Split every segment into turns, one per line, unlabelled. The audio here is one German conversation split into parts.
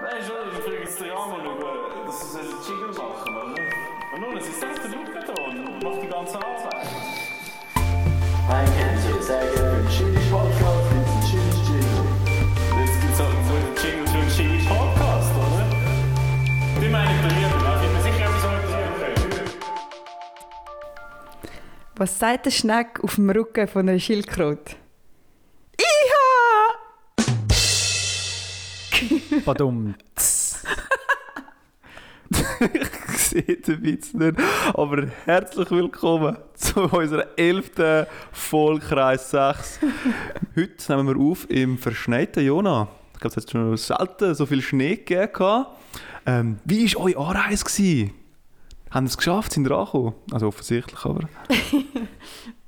Nein, schon, ich bringe jetzt den Rahmen über. Das ist ein Jingle machen, oder? ne? Und nun, es ist selbst der Luftbeton und macht die ganze Arbeit.
Ein Kännchen, sehr gerne. Chili Podcast mit dem Chili Chili.
Jetzt gibt es halt so einen Jingle für einen Jingle Podcast, oder? Die meine ich bei mir, da bin mir sicher, etwas anderes okay.
Was sagt der Schneck auf dem Rücken von einer Schildkröte? Iha!
Badum.
ich sehe den Witz nicht. Aber herzlich willkommen zu unserer 11. Vollkreis 6. Heute nehmen wir auf im verschneiten Jona. Ich glaube, es hat schon selten so viel Schnee gegeben. gehabt. Ähm, wie war euer Anreise? gewesen? Haben Sie es geschafft? Sind Sie angekommen? Also offensichtlich, aber...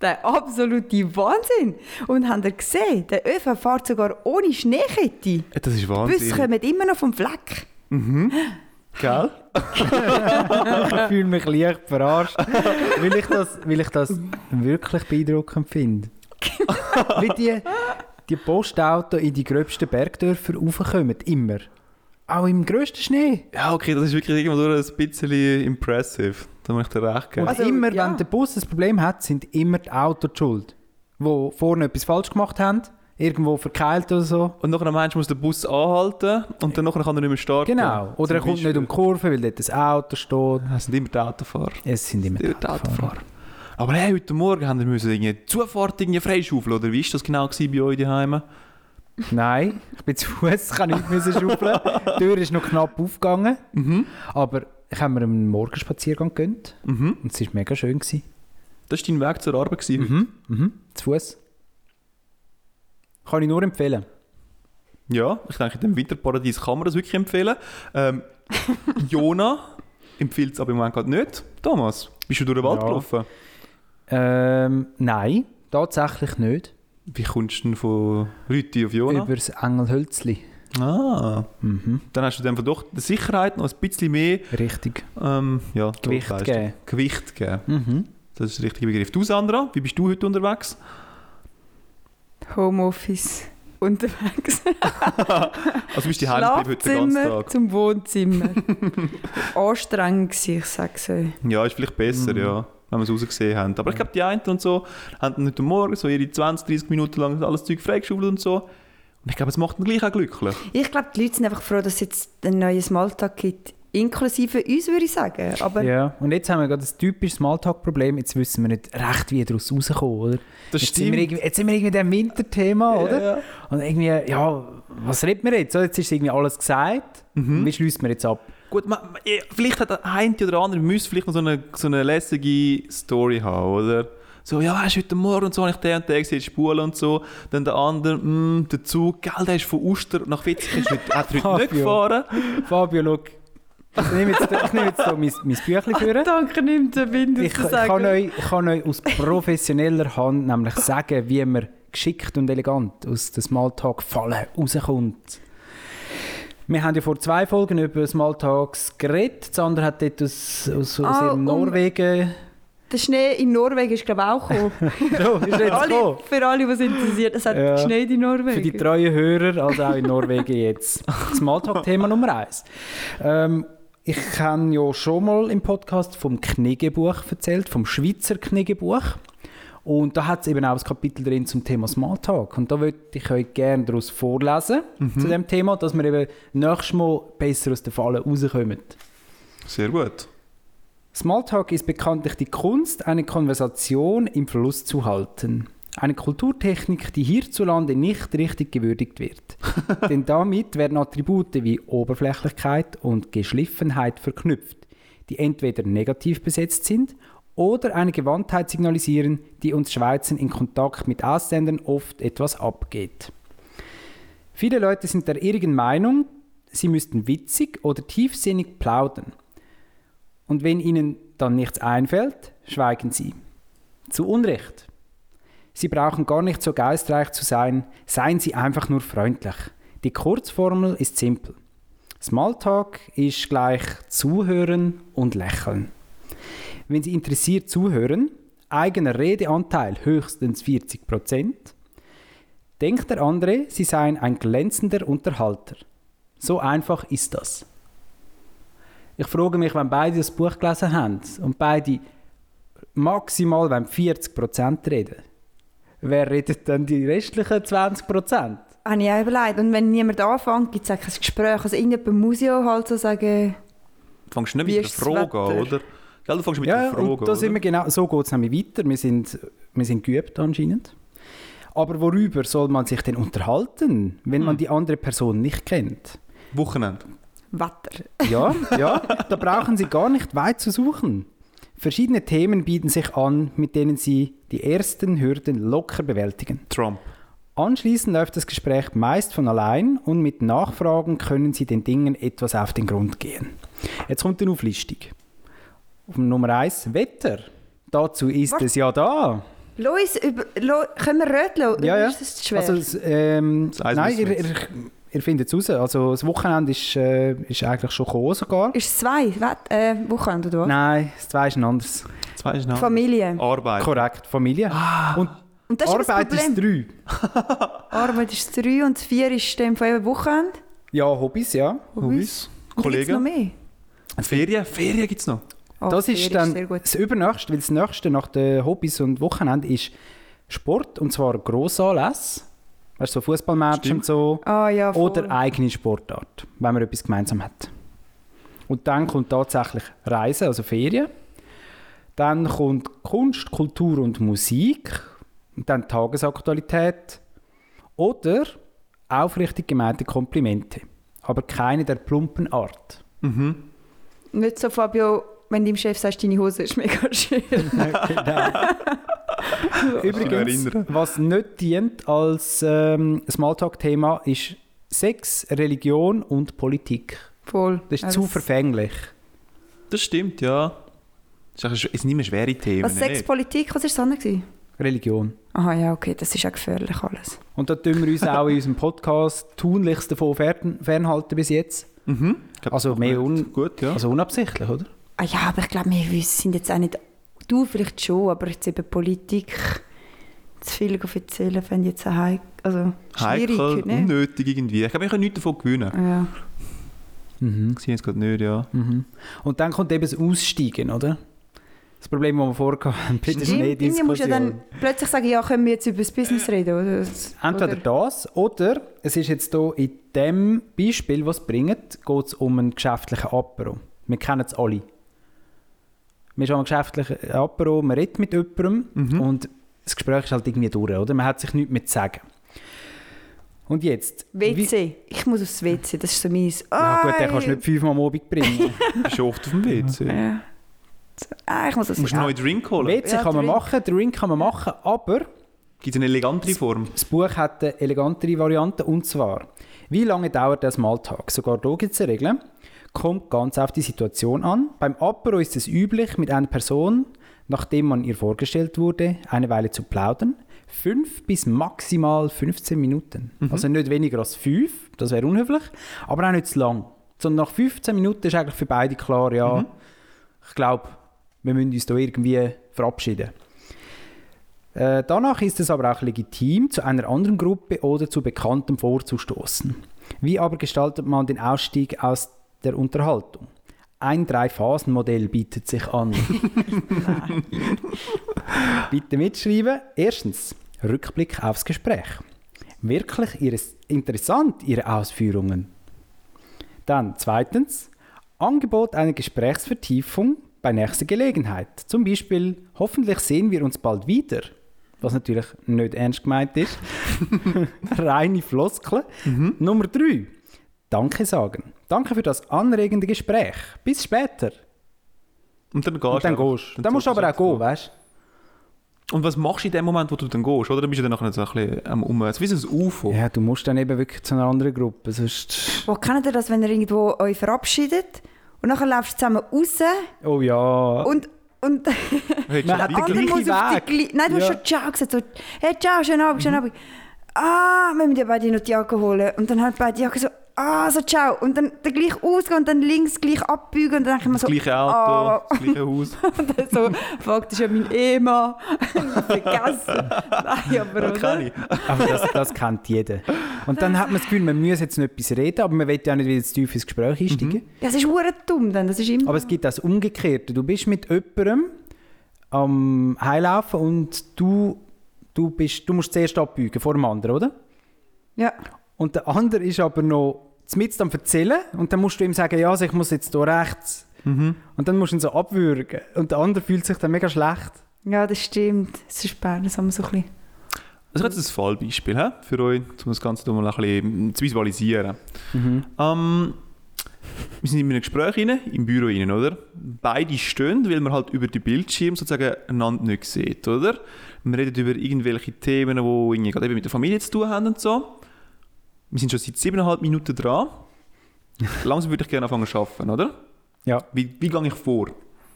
Der absolute Wahnsinn! Und habt ihr gesehen, der ÖV fährt sogar ohne Schneekette.
Äh, Das ist
Die Busse
Wahnsinn.
kommen immer noch vom Fleck.
Gell?
Ich fühle mich leicht verarscht, weil ich das, weil ich das wirklich beeindruckend finde. Wie die, die Postautos in die gröbsten Bergdörfer raufkommen, immer. Auch im grössten Schnee.
Ja, okay, das ist wirklich irgendwo durch ein bisschen impressive. Da muss ich dir recht geben.
Und
Also,
immer,
ja.
wenn der Bus ein Problem hat, sind immer die Autos die schuld. Die vorne etwas falsch gemacht haben, irgendwo verkeilt oder so.
Und nachher meinst du, muss der Bus anhalten und dann nachher kann er nicht mehr starten.
Genau. Oder er
Zum
kommt nicht um die Kurve, weil dort ein Auto steht.
Beispiel. Es sind immer die Autofahrer.
Es sind immer
Die Autofahrer. Aber hey, heute Morgen haben wir müssen irgendwie die Zufahrt irgendwie freischaufeln, oder wie war das genau gewesen bei euch daheim?
Nein, ich bin zu Fuß, kann nicht müssen schaufeln. Die Tür ist noch knapp aufgegangen. Aber ich habe mir einen Morgenspaziergang gegönnt
Mhm.
und es war mega schön. Gewesen.
Das war dein Weg zur Arbeit gewesen heute.
Mhm. Zu Fuß. Kann ich nur empfehlen.
Ja, ich denke, in dem Winterparadies kann man das wirklich empfehlen. Ähm, Jona empfiehlt es aber im Moment gerade nicht. Thomas, bist du durch den Wald
Ja.
gelaufen?
Ähm, nein, tatsächlich nicht.
Wie kommst du denn von Rüti auf Jona?
Über das Engelhölzli.
Ah,
Mhm.
dann hast du dann doch der Sicherheit noch ein bisschen mehr
Richtig.
ähm, ja,
Gewicht
Leistung.
geben.
Gewicht geben.
Mhm.
Das ist der richtige Begriff. Du, Sandra, wie bist du heute unterwegs?
Homeoffice. Unterwegs.
Also bist du die Heim heute den ganzen
Schlafzimmer
Tag?
zum Wohnzimmer. Anstrengend war, ich sag's euch.
Ja, ist vielleicht besser,
Mhm.
ja, wenn wir es rausgesehen haben. Aber ich glaube, die einen und so haben dann heute Morgen so ihre 20, 30 Minuten lang alles Zeug freigeschaufelt und so. Und ich glaube, es macht dann gleich auch glücklich.
Ich glaube, die Leute sind einfach froh, dass es jetzt einen neuen Smalltalk gibt. Inklusive uns, würde ich sagen. Aber
Ja, und jetzt haben wir gerade das typische Smalltalk-Problem. Jetzt wissen wir nicht recht, wie daraus rauskommen, oder?
Das
jetzt Sind wir
stimmt.
irgendwie, jetzt sind wir irgendwie in diesem Winterthema, oder?
ja.
Und irgendwie, ja, was reden wir jetzt? So, Jetzt ist irgendwie alles gesagt. Wie schließen wir jetzt ab?
Gut, man, man- eh, vielleicht hat der eine oder andere müsste vielleicht noch so eine, so eine lässige Story haben, oder? So, ja, weißt du, heute Morgen und so habe ich den und den gesehen, die Spule und so. Dann der andere, mh, der Zug, gell, der ist von Uster nach Witzig, ist heute- hat er heute nicht
Fabio.
gefahren.
Fabio, schau, ich nehme jetzt, ich nehme jetzt so mein, mein Büchlein führen.
danke, nimm den Wind aus
Ich, ich,
den
kann
Segeln.
euch, ich kann euch aus professioneller Hand nämlich sagen, wie man geschickt und elegant aus dem Smalltalk fallen rauskommt. Wir haben ja vor zwei Folgen über Smalltalks geredet. Sander hat dort aus, aus, aus
Ah,
ihrem
um-
Norwegen...
Der Schnee in Norwegen ist, glaube ich, auch gekommen.
So, Oh, ist jetzt gekommen.
alle, für alle, was interessiert, es hat
Ja.
Schnee in Norwegen.
Für die treuen Hörer, also auch in Norwegen jetzt. Smalltalk-Thema Nummer eins. Ähm, ich habe ja schon mal im Podcast vom Kniggebuch erzählt, vom Schweizer Kniggebuch. Und da hat es eben auch ein Kapitel drin zum Thema Smalltalk. Und da würde ich euch gerne daraus vorlesen, zu dem Thema, dass wir eben nächstes Mal besser aus den Fallen rauskommen.
Sehr gut.
Smalltalk ist bekanntlich die Kunst, eine Konversation im Fluss zu halten. Eine Kulturtechnik, die hierzulande nicht richtig gewürdigt wird. Denn damit werden Attribute wie Oberflächlichkeit und Geschliffenheit verknüpft, die entweder negativ besetzt sind oder eine Gewandtheit signalisieren, die uns Schweizern in Kontakt mit Ausländern oft etwas abgeht. Viele Leute sind der irrigen Meinung, sie müssten witzig oder tiefsinnig plaudern. Und wenn ihnen dann nichts einfällt, schweigen sie. Zu Unrecht. Sie brauchen gar nicht so geistreich zu sein, seien sie einfach nur freundlich. Die Kurzformel ist simpel. Smalltalk ist gleich zuhören und lächeln. Wenn Sie interessiert zuhören, eigener Redeanteil höchstens 40%, denkt der andere, Sie seien ein glänzender Unterhalter. So einfach ist das. Ich frage mich, wenn beide das Buch gelesen haben und beide maximal wenn 40% reden, wer redet dann die restlichen 20%?
Habe ich auch überlegt. Und wenn niemand anfängt, gibt es auch kein Gespräch. Also irgendjemand muss ja halt so sagen...
Du fängst nicht
Wie
mit einer
ist das
Frage an,
Wetter?
oder? Gell, du fängst mit
ja,
einer Frage
und da sind wir
oder?
genau, so geht es nämlich weiter. Wir sind, wir sind geübt anscheinend. Aber worüber soll man sich denn unterhalten, wenn
Hm.
man die andere Person nicht kennt?
Wochenende.
Wetter.
Ja, ja, da brauchen Sie gar nicht weit zu suchen. Verschiedene Themen bieten sich an, mit denen Sie die ersten Hürden locker bewältigen.
Trump.
Anschließend läuft das Gespräch meist von allein und mit Nachfragen können Sie den Dingen etwas auf den Grund gehen. Jetzt kommt eine Auflistung. Auf Nummer 1 Wetter. Dazu ist
Was?
es ja da.
Lois, über, Lo, können wir röteln?
Ja, ja.
Ist das zu schwer?
Also, es, ähm,
Das Eis
nein,
müssen
ihr,
wir
ihr, ihr findet es raus. Also, das Wochenende ist, äh, ist eigentlich schon gekommen sogar.
ist es zwei Wett, äh, Wochenende, oder was?
Nein, das zweite ist ein anderes.
Zwei ist noch.
Familie.
Arbeit.
Korrekt, Familie. Und
Und Ah, das ist eben
Arbeit
das
ist
Problem.
drei.
Arbeit ist drei und das vier ist dann von jedem Wochenende.
Ja, Hobbys, ja.
Hobbys.
Und gibt's noch
Kollegen.
mehr?
Ferien. Ferien gibt es noch.
Ah,
das
vier
ist dann
sehr gut.
das Übernächste, weil das Nächste nach den Hobbys und Wochenende ist Sport und zwar Grossanlässe. Weißt du, so Fußballmatch
Stimmt.
und so.
Ah, ja, voll.
Oder eigene Sportart, wenn man etwas gemeinsam hat. Und dann kommt tatsächlich Reisen, also Ferien. Dann kommt Kunst, Kultur und Musik. Und dann Tagesaktualität. Oder aufrichtig gemeinte Komplimente. Aber keine der plumpen Art.
Mhm.
Nicht so, Fabio, wenn deinem Chef sagst, deine Hose ist mega schön.
genau. Übrigens,
erinnern.
was nicht dient als ähm, Smalltalk-Thema ist Sex, Religion und Politik.
Voll. Also,
Das ist
Ja,
zu verfänglich.
Das stimmt, ja. Das ist, eigentlich- es sind nicht mehr schwere Themen.
Was Sex,
nicht?
Politik, was war das andere? gewesen?
Religion.
Aha, ja, okay, das ist ja gefährlich alles.
Und da tun wir uns auch in unserem Podcast tunlichst davon fern, fernhalten bis jetzt.
Mhm. Ich glaub,
Also
das
mehr
macht
un-
Gut, ja.
Also unabsichtlich, oder?
Ah ja, aber ich glaube, wir wissen- sind jetzt auch nicht... Du vielleicht schon, aber jetzt eben Politik... Zu viel erzählen, fände ich jetzt auch heik also, schwierig.
Heikel,
ne?
unnötig irgendwie. Ich glaube, wir können nichts davon gewinnen.
Ja.
Mhm.
Ich sehe es gerade nicht, ja.
Mhm. Und dann kommt eben das Aussteigen, oder? Das Problem, das wir vorgehaben, bei der
Stimmt, irgendwie musst du ja
Schneediskussion.
dann plötzlich sagen, ja, können wir jetzt über das Business reden? Oder?
Entweder
oder?
das oder, es ist jetzt hier in dem Beispiel, was es bringt, geht es um einen geschäftlichen Apero. Wir kennen es alle. Man ist am geschäftlichen Apero, man redet mit jemandem
Mhm.
und das Gespräch ist halt irgendwie durch, oder? Man hat sich nichts mehr zu sagen. Und jetzt? Wie-
WC. Ich muss aufs WC, das ist so meins.
Ja gut,
Ah,
den kannst du nicht fünfmal am Abend bringen.
Bist du oft auf dem WC?
ich-
Du
Ja. Ah, ich muss aufs
musst einen neuen Drink holen.
WC
Ja,
kann man
Drink.
machen, Drink kann man machen, aber
Gibt es eine elegantere Form?
Das Buch hat eine elegantere Variante und zwar, wie lange dauert der Smalltalk? Sogar da gibt es eine Regel. Kommt ganz auf die Situation an. Beim Apero ist es üblich, mit einer Person, nachdem man ihr vorgestellt wurde, eine Weile zu plaudern. Fünf bis maximal 15 Minuten. Also nicht weniger als fünf, das wäre unhöflich, aber auch nicht zu lang. Sondern nach 15 Minuten ist eigentlich für beide klar, ja, ich glaube, wir müssen uns da irgendwie verabschieden. Äh, danach ist es aber auch legitim, zu einer anderen Gruppe oder zu Bekannten vorzustoßen. Wie aber gestaltet man den Ausstieg aus der Unterhaltung? Ein Drei-Phasen-Modell bietet sich an. Bitte mitschreiben. Erstens, Rückblick aufs Gespräch. Wirklich ihres, interessant, Ihre Ausführungen. Dann zweitens, Angebot einer Gesprächsvertiefung bei nächster Gelegenheit. Zum Beispiel, hoffentlich sehen wir uns bald wieder. Was natürlich nicht ernst gemeint ist. Reine Floskeln. Nummer drei, Danke sagen. Danke für das anregende Gespräch. Bis später.
Und dann gehst
Und dann
einfach.
gehst du. Ah, Dann musst du
zurück
aber auch
ins Auto.
gehen, weißt du?
Und was machst du in dem Moment, wo du dann gehst? Oder dann bist du dann nachher so ein bisschen am um, so wie so ein UFO.
Ja, du musst dann eben wirklich zu einer anderen Gruppe, sonst...
Wo kennt ihr das, wenn ihr irgendwo euch verabschiedet und nachher läufst du zusammen raus
Oh ja.
und, und der
Hättest
Man
du
hat
weiter-
andere
gleiche
muss auf
Weg.
die gleiche... Nein, du hast
Ja.
schon Ciao gesagt, so, hey, Ciao, schönen Abend, schönen Abend. Ah, wir müssen ja beide noch die Jacke holen. Und dann haben beide die Jacke so, ah, so ciao. Und dann, dann gleich ausgehen und dann links gleich abbiegen und dann denke ich mir
Das
so,
gleiche Auto,
ah.
oh.
das gleiche Haus.
Und dann so, fuck, das ist ja mein Ehemann. Vergessen. Nein, aber
Das
oder?
kenne ich.
Aber das, das kennt jeder. Und dann hat man das Gefühl, man muss jetzt noch etwas reden, aber man will ja auch nicht wieder zu tief ins Gespräch einsteigen.
Das ist hure dumm dann, das ist immer...
Aber es gibt das Umgekehrte. Du bist mit jemandem am Heilaufen und du, du, bist, du musst zuerst abbiegen vor dem anderen, oder?
ja.
Und der andere ist aber noch mit am Erzählen und dann musst du ihm sagen, ja, also ich muss jetzt hier rechts.
Mhm.
Und dann musst du ihn so abwürgen. Und der andere fühlt sich dann mega schlecht.
ja, das stimmt. Es ist Bern, das haben wir so ein bisschen...
Also jetzt ein Fallbeispiel hä? für euch, um das Ganze mal ein bisschen hm, zu visualisieren. Ähm, wir sind in einem Gespräch rein, im Büro rein, oder? Beide stehen, weil man halt über den Bildschirm sozusagen einander nicht sieht, oder? Man redet über irgendwelche Themen, die irgendwie gerade eben mit der Familie zu tun haben und so. Wir sind schon seit siebeneinhalb Minuten dran. Langsam würde ich gerne anfangen zu arbeiten, oder?
Ja.
Wie, wie gehe ich vor?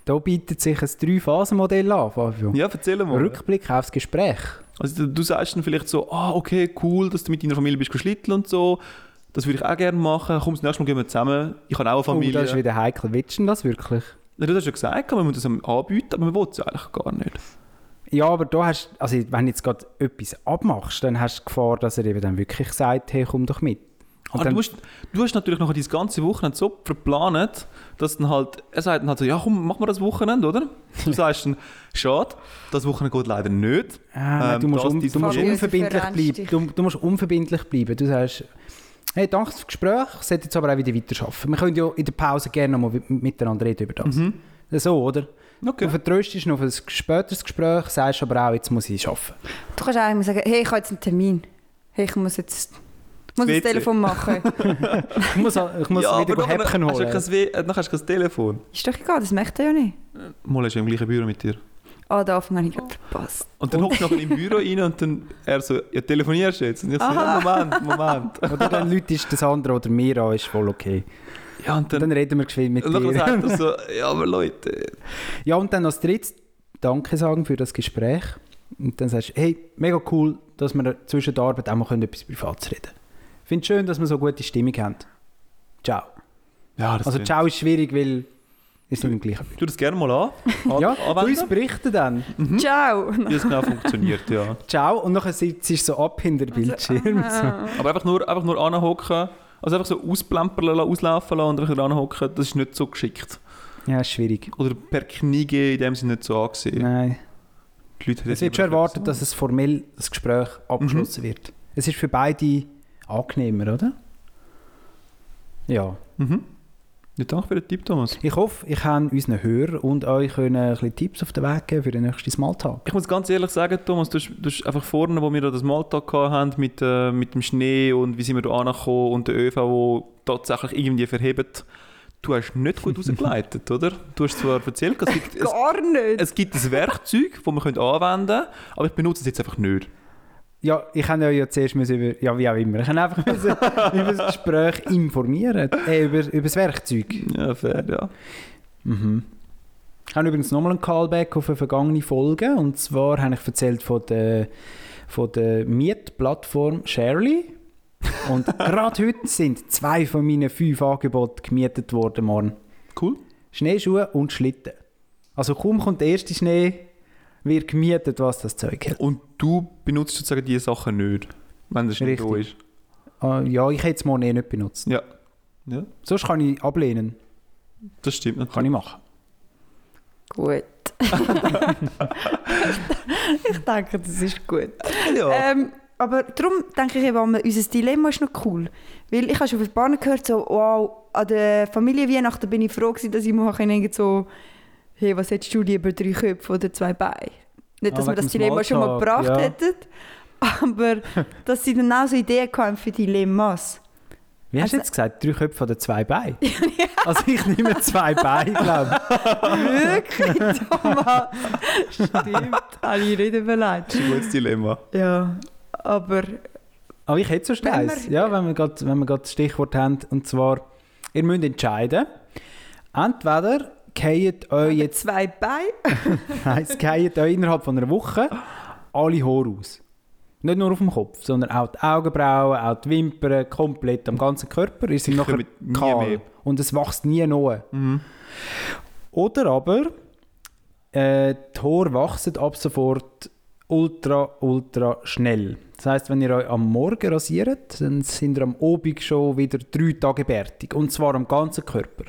Da bietet sich ein Drei-Phasen-Modell an, Fabio.
Ja, erzähl mal.
Rückblick aufs Gespräch.
Also du, du sagst dann vielleicht so, ah, okay, cool, dass du mit deiner Familie bist geschlitteln und so. Das würde ich auch gerne machen. Komm, das nächste Mal gehen wir zusammen. Ich habe auch eine
Oh,
Familie.
das ist wieder heikel. Willst du denn das wirklich?
Na, du hast ja gesagt, man muss das anbieten, aber man will es eigentlich gar nicht.
Ja, aber da hast also wenn du jetzt gerade etwas abmachst, dann hast du die Gefahr, dass er eben dann wirklich sagt, hey, komm doch mit. Und
Aber
dann,
Ah, du, hast, du hast natürlich noch deine ganze Wochenende so verplant, dass dann halt, er sagt dann halt so, ja komm, machen wir das Wochenende, oder? Du sagst dann, schade, das Wochenende geht leider nicht.
Ah,
ähm,
du musst,
das,
un,
dies
du
und
musst
jenes.
unverbindlich bleiben.
Verrennst
Du, du musst unverbindlich bleiben. Du sagst, hey, danke fürs Gespräch, ich sollte jetzt aber auch wieder weiterarbeiten. Wir können ja in der Pause gerne nochmal miteinander reden über das.
Mhm.
So, oder?
Okay.
Du vertröstest noch für ein späteres Gespräch, sagst aber auch, jetzt muss ich arbeiten.
Du kannst auch immer sagen, hey, ich habe jetzt einen Termin. Hey, ich muss jetzt... Ich muss das
WC.
Telefon machen.
Ich muss, ich muss
ja,
wieder
aber nachher
Häppchen
hast du ja
holen.
kein We- äh, nachher hast du kein Telefon.
ist doch egal, das möchte er ja nicht.
Mal ist ja im gleichen Büro mit dir.
Ah, den Anfang habe ich gerade verpasst.
Und
Oh.
dann hockst du nachher im Büro rein und dann er so, ja, telefonierst du jetzt? Und ich so, ja, Moment, Moment.
Oder dann läutest das andere oder mir an, ist voll okay.
Ja, und
Dann
dann,
reden wir geschwind mit
und nachher
dir.
sagt er so, ja, aber Leute.
Ja, und dann als drittes Danke sagen für das Gespräch. Und dann sagst du, hey, mega cool, dass wir zwischen der Arbeit auch mal können, etwas Privates reden können. Ich finde es schön, dass wir so gute Stimmung haben. Ciao.
Ja, das
also
klingt-
Ciao ist schwierig, weil wir sind im gleichen Bild.
Tu das gerne mal an. an
Ja, du uns
anwenden,
berichten dann.
Ciao!
wie es genau funktioniert, ja.
Ciao und nachher sitzt du so ab hinter dem Bildschirm.
Also, ah.
so.
Aber einfach nur, einfach nur anhocken, also einfach so ausplempern lassen, auslaufen lassen und einfach anhocken, das ist nicht so geschickt.
Ja, ist schwierig.
Oder per Knie gehen, in dem Sinne nicht so angesehen.
Nein.
Die Leute
Es wird schon erwartet, dass es formell das Gespräch abgeschlossen wird. Es ist für beide angenehmer, oder? Ja.
Mhm. Ja, danke für den Tipp, Thomas.
Ich hoffe, ich kann unseren Hörern und euch können ein bisschen Tipps auf den Weg geben für den nächsten Smalltalk.
Ich muss ganz ehrlich sagen, Thomas, du hast, du hast einfach vorne, wo wir da das Maltag hatten mit, äh, mit dem Schnee und wie sind wir da angekommen und der ÖV, wo tatsächlich irgendwie verhebt, du hast nicht gut rausgeleitet, oder? Du hast zwar erzählt, es gibt, es,
Gar nicht!
es gibt ein Werkzeug, das man anwenden können, aber ich benutze es jetzt einfach nicht.
Ja, ich kann euch ja zuerst müssen über, ja wie auch immer, ich kann einfach müssen über das Gespräch informieren, äh, über, über das Werkzeug.
Ja, fair, ja.
Mhm. Ich habe übrigens nochmal einen Callback auf eine vergangene Folge und zwar habe ich erzählt von der, von der Mietplattform Sharely und gerade heute sind zwei von meinen fünf Angeboten gemietet worden morgen.
Cool.
Schneeschuhe und Schlitten. Also kaum kommt der erste Schnee, wird gemietet, was das Zeug hat.
Und du benutzt sozusagen diese Sachen nicht, wenn der Schnee da ist.
Richtig. Ah, ja, ich hätte es morgen eh nicht benutzt.
Ja. ja,
Sonst kann ich ablehnen.
das stimmt natürlich.
Kann ich machen.
Gut. ich denke, das ist gut.
Ja.
Ähm, aber darum denke ich eben, Anne, unser Dilemma ist noch cool. Weil ich habe schon von ein paar gehört, so, wow, an der Familienweihnachten bin ich froh gewesen, dass ich mal irgendwie so, hey, was hättest du lieber, drei Köpfe oder zwei Beine? Nicht,
Ah,
dass wir
wegen
das
dem
Dilemma schon mal
Smalltalk,
gebracht
ja.
hätten, aber dass sie dann auch so Ideen hatten für Dilemmas.
Wie hast
Also-
du jetzt gesagt? Drei Köpfe oder zwei Beine? Also ich nehme zwei Beine, glaube
Wirklich, Thomas? Stimmt, habe ich nicht überlegt.
Das ist ein gutes Dilemma.
Ja, aber
ich. Aber ich hätte sonst
Wenn
eins.
wir-
Ja, wenn wir gerade wenn wir gerade das Stichwort haben. Und zwar, ihr müsst entscheiden. Entweder fallen euch jetzt,
zwei Beine.
nein, es fallen euch innerhalb von einer Woche alle Haare aus. Nicht nur auf dem Kopf, sondern auch die Augenbrauen, auch die Wimpern, komplett am ganzen Körper. Ist sie nachher
kommen nie
kahl.
mehr. Mhm.
Und es wächst nie neu. Oder aber äh, die Haare wachsen ab sofort ultra, ultra schnell. Das heisst, wenn ihr euch am Morgen rasiert, dann sind ihr am Abend schon wieder drei Tage bärtig. Und zwar am ganzen Körper.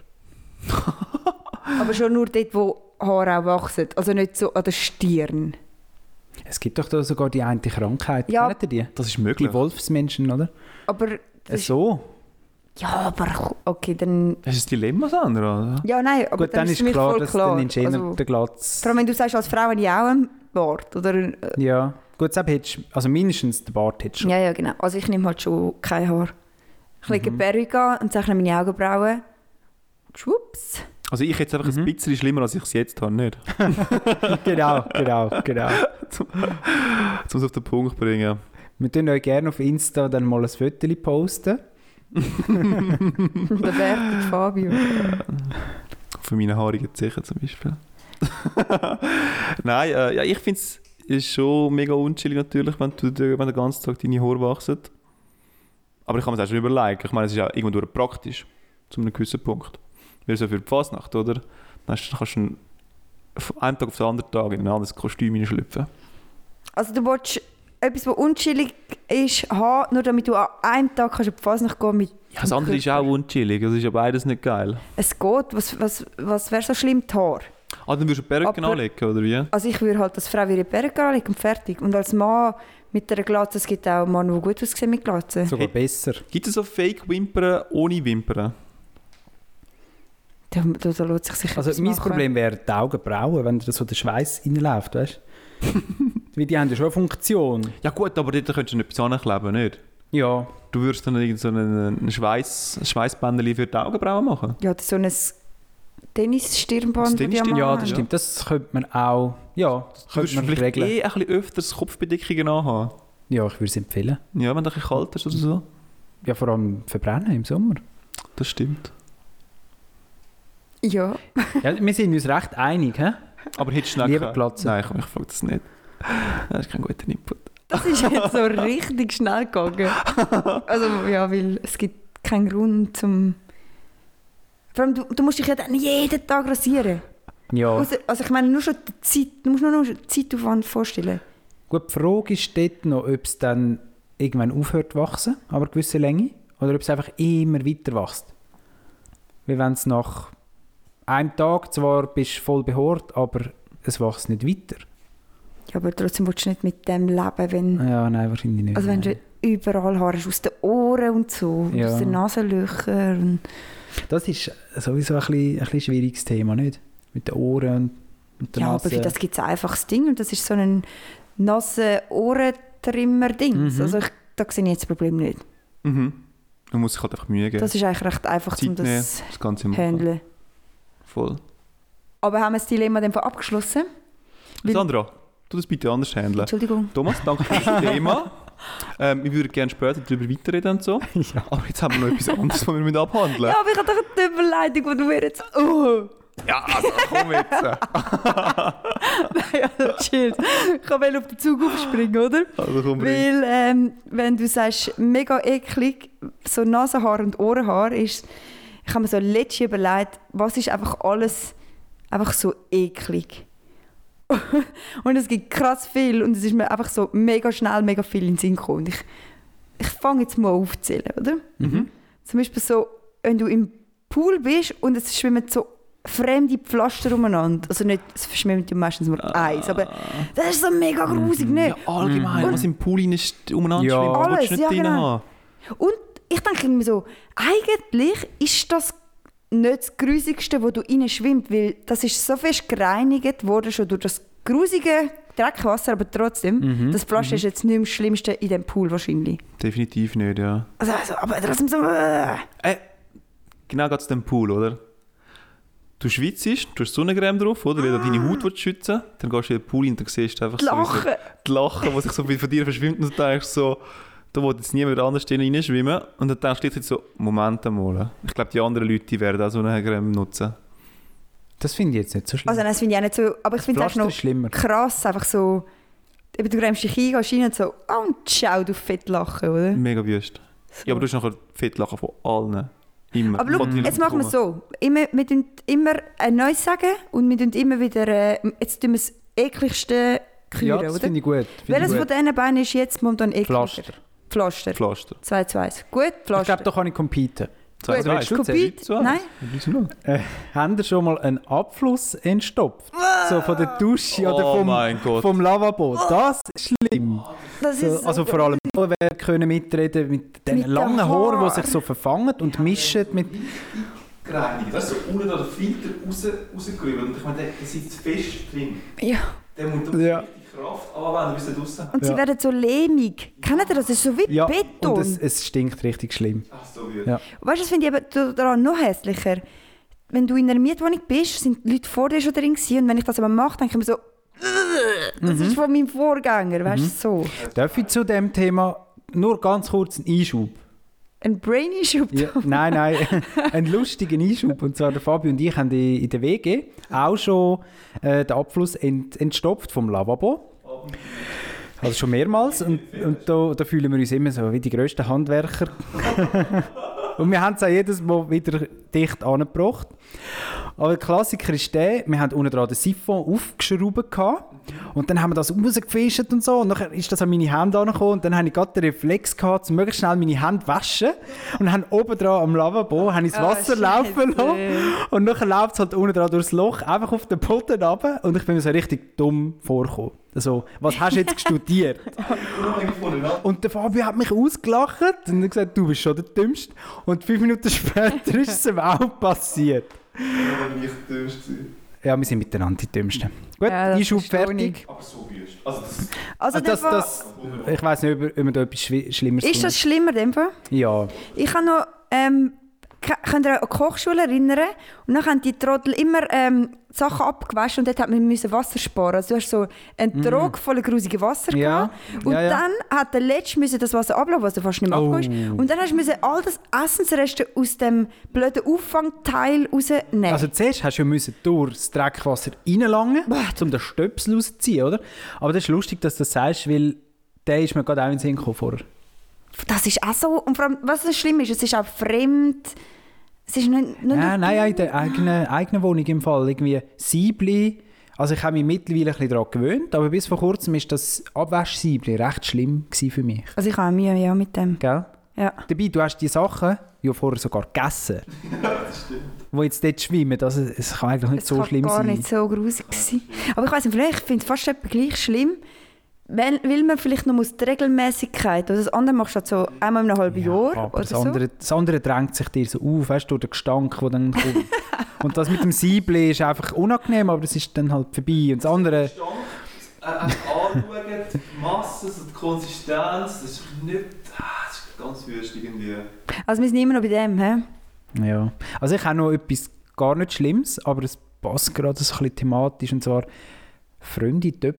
Aber schon nur dort, wo Haare auch wachsen. Also nicht so an der Stirn.
Es gibt doch da sogar die eine Krankheit.
Ja.
Kennt ihr die?
Das ist
Die
möglich.
Wolfsmenschen, oder?
Aber.
Äh,
Das ist,
so.
ja, aber. Okay, dann.
Das ist ein Dilemma, Sandra. oder?
Ja, nein, aber
Gut, dann ist
es mir
klar,
voll
dass
klar.
dann in Schäden
Also,
der Glatz.
vor allem, wenn du sagst, als Frau habe ich auch einen Bart. Oder, äh,
Ja. Gut, selbst hättest also mindestens den Bart hättest du.
ja, ja, genau. Also ich nehme halt schon kein Haar. Ich lege mhm. Perücke an und zeichne meine Augenbrauen. Schwupps.
Also ich jetzt einfach ein bisschen schlimmer, als ich es jetzt habe, nicht?
Genau, genau, genau.
Um es auf den Punkt zu bringen.
Wir tun euch gerne auf Insta dann mal ein Foto posten.
Bewertung Fabio.
Von meinen haarigen Zehen zum Beispiel. Nein, äh, ja, ich finde es ist schon mega unchillig natürlich, wenn, du, dir- wenn den ganzen Tag deine Haare wachsen. Aber ich kann mir das auch schon überlegen. Ich meine, es ist ja irgendwo durch praktisch, zu einem gewissen Punkt. Wie so für die Fasnacht, oder? Dann hast- dann kannst du einen- von einem Tag auf den anderen Tag in ein anderes Kostüm hineinschlüpfen.
Also du willst etwas, was unschillig ist, haben, nur damit du an einem Tag kannst du fast noch gehen mit...
Ja, das andere ist auch unchillig, das ist ja beides nicht geil.
Es geht. Was, was, was wäre so schlimm, die Haare?
Ah, dann würdest du Perücken
Aber-
anlegen, oder wie?
Also ich würde halt als Frau ihre Perücke anlegen und fertig. Und als Mann mit einer Glatze, es gibt auch Männer, die gut aussehen mit Glatze.
Sogar besser.
Gibt es so Fake-Wimpern ohne Wimpern?
Da, da, da lässt sich sicher
Also
etwas
mein
machen.
Problem wäre die Augenbrauen, wenn da so der Schweiß reinläuft, weißt du? Weil die haben ja schon eine Funktion.
Ja gut, aber dort könntest du etwas ankleben, nicht?
Ja.
Du würdest dann irgend so ein Schweiß, Schweißbändchen für die Augenbrauen machen?
Ja, so ein Tennis-Stirnband,
Das
das die
Tennis-
Ja,
ja,
das
ja.
stimmt. Das könnte man auch. Ja, das
Du würdest
könnte man
vielleicht
regeln.
eh ein bisschen öfters Kopfbedeckungen anhaben.
eh-
Ja, ich würde es empfehlen.
Ja, wenn du ein bisschen kalt ist oder so.
Ja, vor allem verbrennen im Sommer.
Das stimmt.
ja.
Ja, wir sind uns recht einig, hä?
Aber hättest du noch
Lieber
keine-
Glatze.
Nein, ich, ich frage das nicht. Das ist kein guter Input.
Das ist jetzt so richtig schnell gegangen. Also ja, weil es gibt keinen Grund zum... Vor allem, du, du musst dich ja dann jeden Tag rasieren.
Ja.
Ausser- Also ich meine, nur schon die Zeit, du musst nur noch den Zeitaufwand vorstellen.
Gut, die Frage ist dort noch, ob es dann irgendwann aufhört zu wachsen, aber eine gewisse Länge, oder ob es einfach immer weiter wächst. Wie wenn es nach einem Tag zwar bist du voll behaart, aber es wächst nicht weiter.
Ja, aber trotzdem willst du nicht mit dem leben, wenn...
Ja, nein, wahrscheinlich nicht.
Mhm. Also wenn
nein.
du überall Haare hast, aus den Ohren und so, und
Ja.
aus den Nasenlöchern und...
Das ist sowieso ein, bisschen, ein bisschen schwieriges Thema, nicht? Mit den Ohren und, und der
Ja,
Nase.
aber für das gibt es ein einfaches Ding und das ist so ein nasse Ohrentrimmer-Ding.
Mhm.
Also ich, da sehe ich jetzt das Problem nicht.
Mhm. Man muss sich halt einfach Mühe geben.
Das ist eigentlich recht einfach,
Zeit
um
nehmen,
das
das Ganze
zu
machen.
handeln.
Voll.
Aber haben wir das Dilemma dann abgeschlossen? Weil-
Sandra, tu das bitte anders handeln.
Entschuldigung.
Thomas, danke für das Thema. Ähm, ich würde gerne später darüber weiterreden und so.
Ja.
Aber jetzt haben wir noch etwas anderes, was wir müssen abhandeln
Ja, aber ich habe doch eine Überleitung, die du mir jetzt... Oh,
Ja, also komm jetzt.
nein, also chill. Ich kann wohl auf den Zug aufspringen, oder?
Also komm, bring.
Weil, ähm, wenn du sagst, mega eklig, so Nasenhaar und Ohrenhaar ist, ich habe mir so letztens überlegt, was ist einfach alles einfach so eklig. und es gibt krass viel und es ist mir einfach so mega schnell mega viel in den Sinn gekommen. Und Ich, ich fange jetzt mal aufzählen, oder?
Mhm.
Zum Beispiel so, wenn du im Pool bist und es schwimmen so fremde Pflaster umeinander. Also nicht, es schwimmt ja meistens nur eins, aber das ist so mega grusig, ne? nicht?
Ah. Mhm. Ja, allgemein, was im Pool rein ist, umeinander
Ja.
schwimmt, willst
Alles,
du nicht
ja,
drin
genau.
haben.
Und ich denke mir so, eigentlich ist das nicht das Grusigste, wo du rein schwimmst, weil das ist so fest gereinigt worden, schon durch das grusige Dreckwasser, aber trotzdem, das Flasche ist jetzt nicht das Schlimmste in dem Pool wahrscheinlich.
Definitiv nicht, ja.
Also, also aber trotzdem so... Äh.
Äh, genau geht es dem Pool, oder? Du schwitzt, du hast Sonnencreme drauf, oder? Weil du deine Haut willst schützen dann gehst du in den Pool rein und dann siehst du einfach
Die
so
Lachen.
die Lachen, die sich so viel von dir verschwimmt und du denkst so, da will jetzt niemand anders drin schwimmen. Und dann denkst du jetzt so, Moment einmal. Ich glaube, die anderen Leute die werden auch Sonnencreme nutzen.
Das finde ich jetzt nicht so schlimm.
Also nein, das finde ich auch nicht so... Aber ich finde es auch
Pflaster
noch
ist schlimmer.
krass, einfach so... Eben, du grämst dich ein, gehst rein und so, oh, und schau, du fett lachen, oder?
Mega wüst.
So.
Ja, aber du hast nachher fett lachen von allen. Immer.
Aber schau,
Von dir
jetzt machen wir es so. Immer, wir tun immer ein Neues sagen und wir tun immer wieder. Äh, jetzt tun wir das ekligste
ja,
küren,
das
oder?
finde ich gut. Find
Welches
ich
von
gut.
diesen beiden ist jetzt momentan ekliger?
Pflaster.
Pflaster.
Pflaster.
2 zu 1. Gut,
Ich glaube, da
Pflaster.
kann ich competen.
Zwei,
Gut,
zwei.
willst du
Kopie?
Zwei, zwei.
Nein?
Äh, habt ihr schon mal einen Abfluss entstopft? So von der Dusche
Oh
oder
mein
vom,
Gott.
vom Lavabo. Das ist schlimm.
Oh. Das
So,
ist
also vor allem alle werden können mitreden mit den
Mit den
langen Haaren, die
Haaren.
sich so verfangen und mischen mit...
Reinigen. Weißt du, so unten an den Filter raus, rausgerübelt. Und ich meine, der, der sitzt fest drin.
Ja.
Der muss
Ja.
die Kraft anwenden, bis er draussen
Und sie
Ja.
werden so lehmig. Kennt ihr das? Das ist so wie
Ja,
Beton.
und es, es stinkt richtig schlimm.
Ach, Ah, so gut.
Ja.
Weißt du, das finde ich eben daran noch hässlicher. Wenn du in einer Mietwohnung bist, sind die Leute vor dir schon drin gewesen, und wenn ich das aber mache, denke ich mir so, «Ugh,
Mhm.
das ist von meinem Vorgänger, weißt du, so.
Darf ich zu dem Thema nur ganz kurz einen Einschub?
Ein Brain-Issue.
Ja, nein, nein, einen lustigen Einschub. Und zwar der Fabio und ich haben in in der WG auch schon äh, den Abfluss ent, entstopft vom Lavabo. Also schon mehrmals. Und, und da, da fühlen wir uns immer so wie die grössten Handwerker. und wir haben es auch jedes Mal wieder dicht angebracht. Aber der Klassiker ist der, wir haben unten dran den Siphon aufgeschraubt gehabt, und dann haben wir das rausgefischt und so und dann ist das an meine Hände angekommen und dann habe ich gerade den Reflex gehabt, um möglichst schnell meine Hände zu waschen und dann oben dran am Lavabo habe ich das
Ah,
Wasser
Scheiße.
laufen lassen und dann läuft es halt unten dran durchs Loch einfach auf den Boden runter und ich bin mir so richtig dumm vorgekommen. Also, was hast du jetzt studiert? Und der Fabio hat mich ausgelacht und hat gesagt, du bist schon der Dümmste. Und fünf Minuten später ist es ihm auch passiert. Ja, wir sind miteinander die Dümmsten. Gut,
Ja, das
Einschub
verstehe
fertig.
Also,
Also das,
dem Fall-
das, ich weiß nicht, ob, ob wir da etwas Schwi- Schlimmeres
ist das
tun.
schlimmer, in dem Fall?
Ja.
Ich habe noch, ähm, ke- könnt ihr euch an die Kochschule erinnern? Und dann haben die Trottel immer ähm, Sachen abgewaschen und dort hat man müssen Wasser sparen. Also du hast so einen Trog voller grusigen Wasser
Mhm. Ja.
gehabt. Und
Ja, ja.
dann hat der Letzte müssen das Wasser ablassen, was du fast nicht mehr
Oh.
abgehst. Und dann hast du müssen all das Essensreste aus dem blöden Auffangteil rausnehmen.
Also zuerst hast du ja müssen durch das Dreckwasser reinlangen, um den Stöpsel rauszuziehen, oder? Aber das ist lustig, dass du das sagst, weil der ist mir gerade auch in den Sinn gekommen vorher.
das ist auch so. Und vor allem, was das schlimm ist, es ist auch fremd. Es ist nicht, nicht nur-
Nein, Äh, nein, auch in der eigenen, eigenen Wohnung im Fall. Irgendwie Siebli. Also ich habe mich mittlerweile ein bisschen daran gewöhnt, aber bis vor kurzem ist das Abwaschsiebli recht schlimm gewesen für mich.
Also ich habe Mühe ja, mit dem.
Gell?
Ja.
Dabei, du hast die Sachen ja vorher sogar gegessen. Wo jetzt dort schwimmen, also es kann eigentlich nicht
Es
so
kann
schlimm
gar
sein.
nicht so grusig sein. Aber ich weiß nicht, vielleicht finde ich fast etwas gleich schlimm, weil, weil man vielleicht noch muss die Regelmäßigkeit, oder das andere machst du halt so einmal in einem halben Jahr
aber
oder
das,
so.
andere, das andere drängt sich dir so auf, weißt du, durch den Gestank, der dann kommt. und das mit dem Siebli ist einfach unangenehm, aber das ist dann halt vorbei. Und das andere,
Äh, Anschauen, die Masse, so die Konsistenz, das ist nicht. ah, Das ist ganz wüst irgendwie.
Also wir sind immer noch bei dem, hä?
ja. Also ich habe noch etwas gar nicht Schlimmes, aber es passt gerade so ein bisschen thematisch. Und zwar, Freunde Töpfe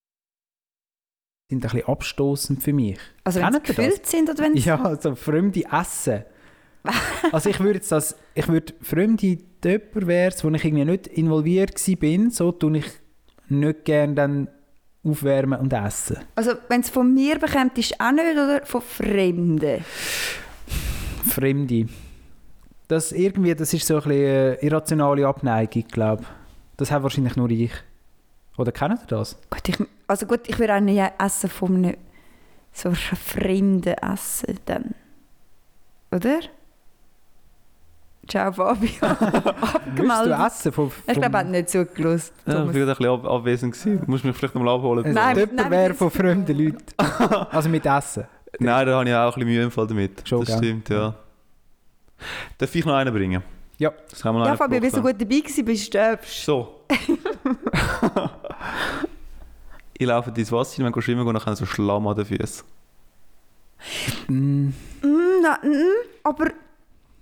sind ein bisschen abstoßend für mich.
Also wenn sie
Kennt ihr das?
gefüllt sind oder wenn sie...
Ja, so fremde Essen. also ich würde jetzt das, ich würde fremde Töpper wär's, wo ich irgendwie nicht involviert gsi bin, so tue ich nicht gern dann aufwärmen und essen.
Also wenn es von mir bekommt, ist auch nicht, oder? Von Fremden.
Fremde. Das irgendwie, das ist so ein bisschen äh, irrationale Abneigung, glaube Das habe wahrscheinlich nur ich. Oder kennt ihr das?
Gut, ich, also gut, ich würde auch nie essen von einem so einem Fremden essen dann. Oder? Ciao Fabio.
Willst du
Abgemeldet.
essen von, von
Ich glaube, er hat nicht zugelassen.
Ja, ich
Thomas.
bin gerade ein bisschen ab abwesend. Gewesen. Du musst mich vielleicht nochmal abholen.
also,
äh, Nein,
Töpper
nein,
wäre
das-
von fremden Leuten. also mit Essen.
Nein, da habe ich auch ein bisschen Mühe im Fall damit.
Schon,
das
gell?
stimmt, ja. Darf ich noch einen bringen?
Ja.
Das kann man noch
Ja,
einen
Fabio, wie so
gebraucht
gut dabei gewesen bist, äh, stirbst.
So. ich laufe ins Wasser, wenn ich schwimmen gehe, dann habe ich so Schlamm an den Füßen.
Mm.
Mm, na, mm, aber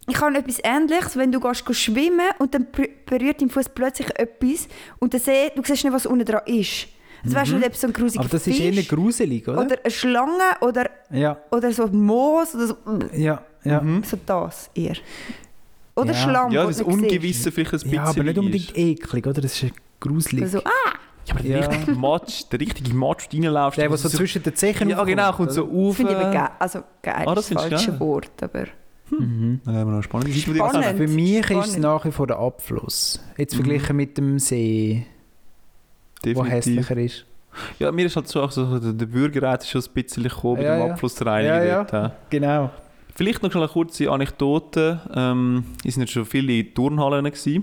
ich habe etwas Ähnliches, wenn du gehst go schwimmen und dann pr- berührt dein Fuß plötzlich etwas und dann seh, du siehst nicht, was unten dran ist. Also
Mhm.
weißt du nicht, ob es so ein grusiger
Aber das
Fisch
eh
ist eher gruselig, oder?
oder eine Schlange oder,
Ja,
oder so Moos oder so, mm,
ja, ja.
Mhm.
so das eher. Oder
Ja.
Schlamm,
Ja,
wo
das
du nicht siehst.
Ungewisse vielleicht ein bisschen.
Ja, aber nicht
ist.
unbedingt eklig, oder? Das ist gruselig.
Also, ah,
Ja, aber
Ja.
der richtige Matsch, der richtige Matsch, wo du reinläufst.
Der, der
muss
so zwischen den Zechen
Also, Ja, genau, kommt so auf.
Finde ich aber geil. Also geil
Ah, das
ist das
findest
falsche
du geil.
Wort, aber...
Mhm.
Dann haben wir noch spannende Seite, die wir
Spannend.
kennen.
Für mich ist es
Spannend.
nach wie vor der Abfluss. Jetzt verglichen mit dem See, der
Mhm. Definitiv.
hässlicher ist.
Ja, mir ist halt so, auch so der, der Bürgerrat ist schon ein bisschen gekommen mit
Ja,
dem
ja.
Abflussreinigen
Ja, ja.
dort. hä?
Genau.
Vielleicht noch schnell eine kurze Anekdote. Ähm, es sind jetzt schon viele in Turnhallen. Gewesen.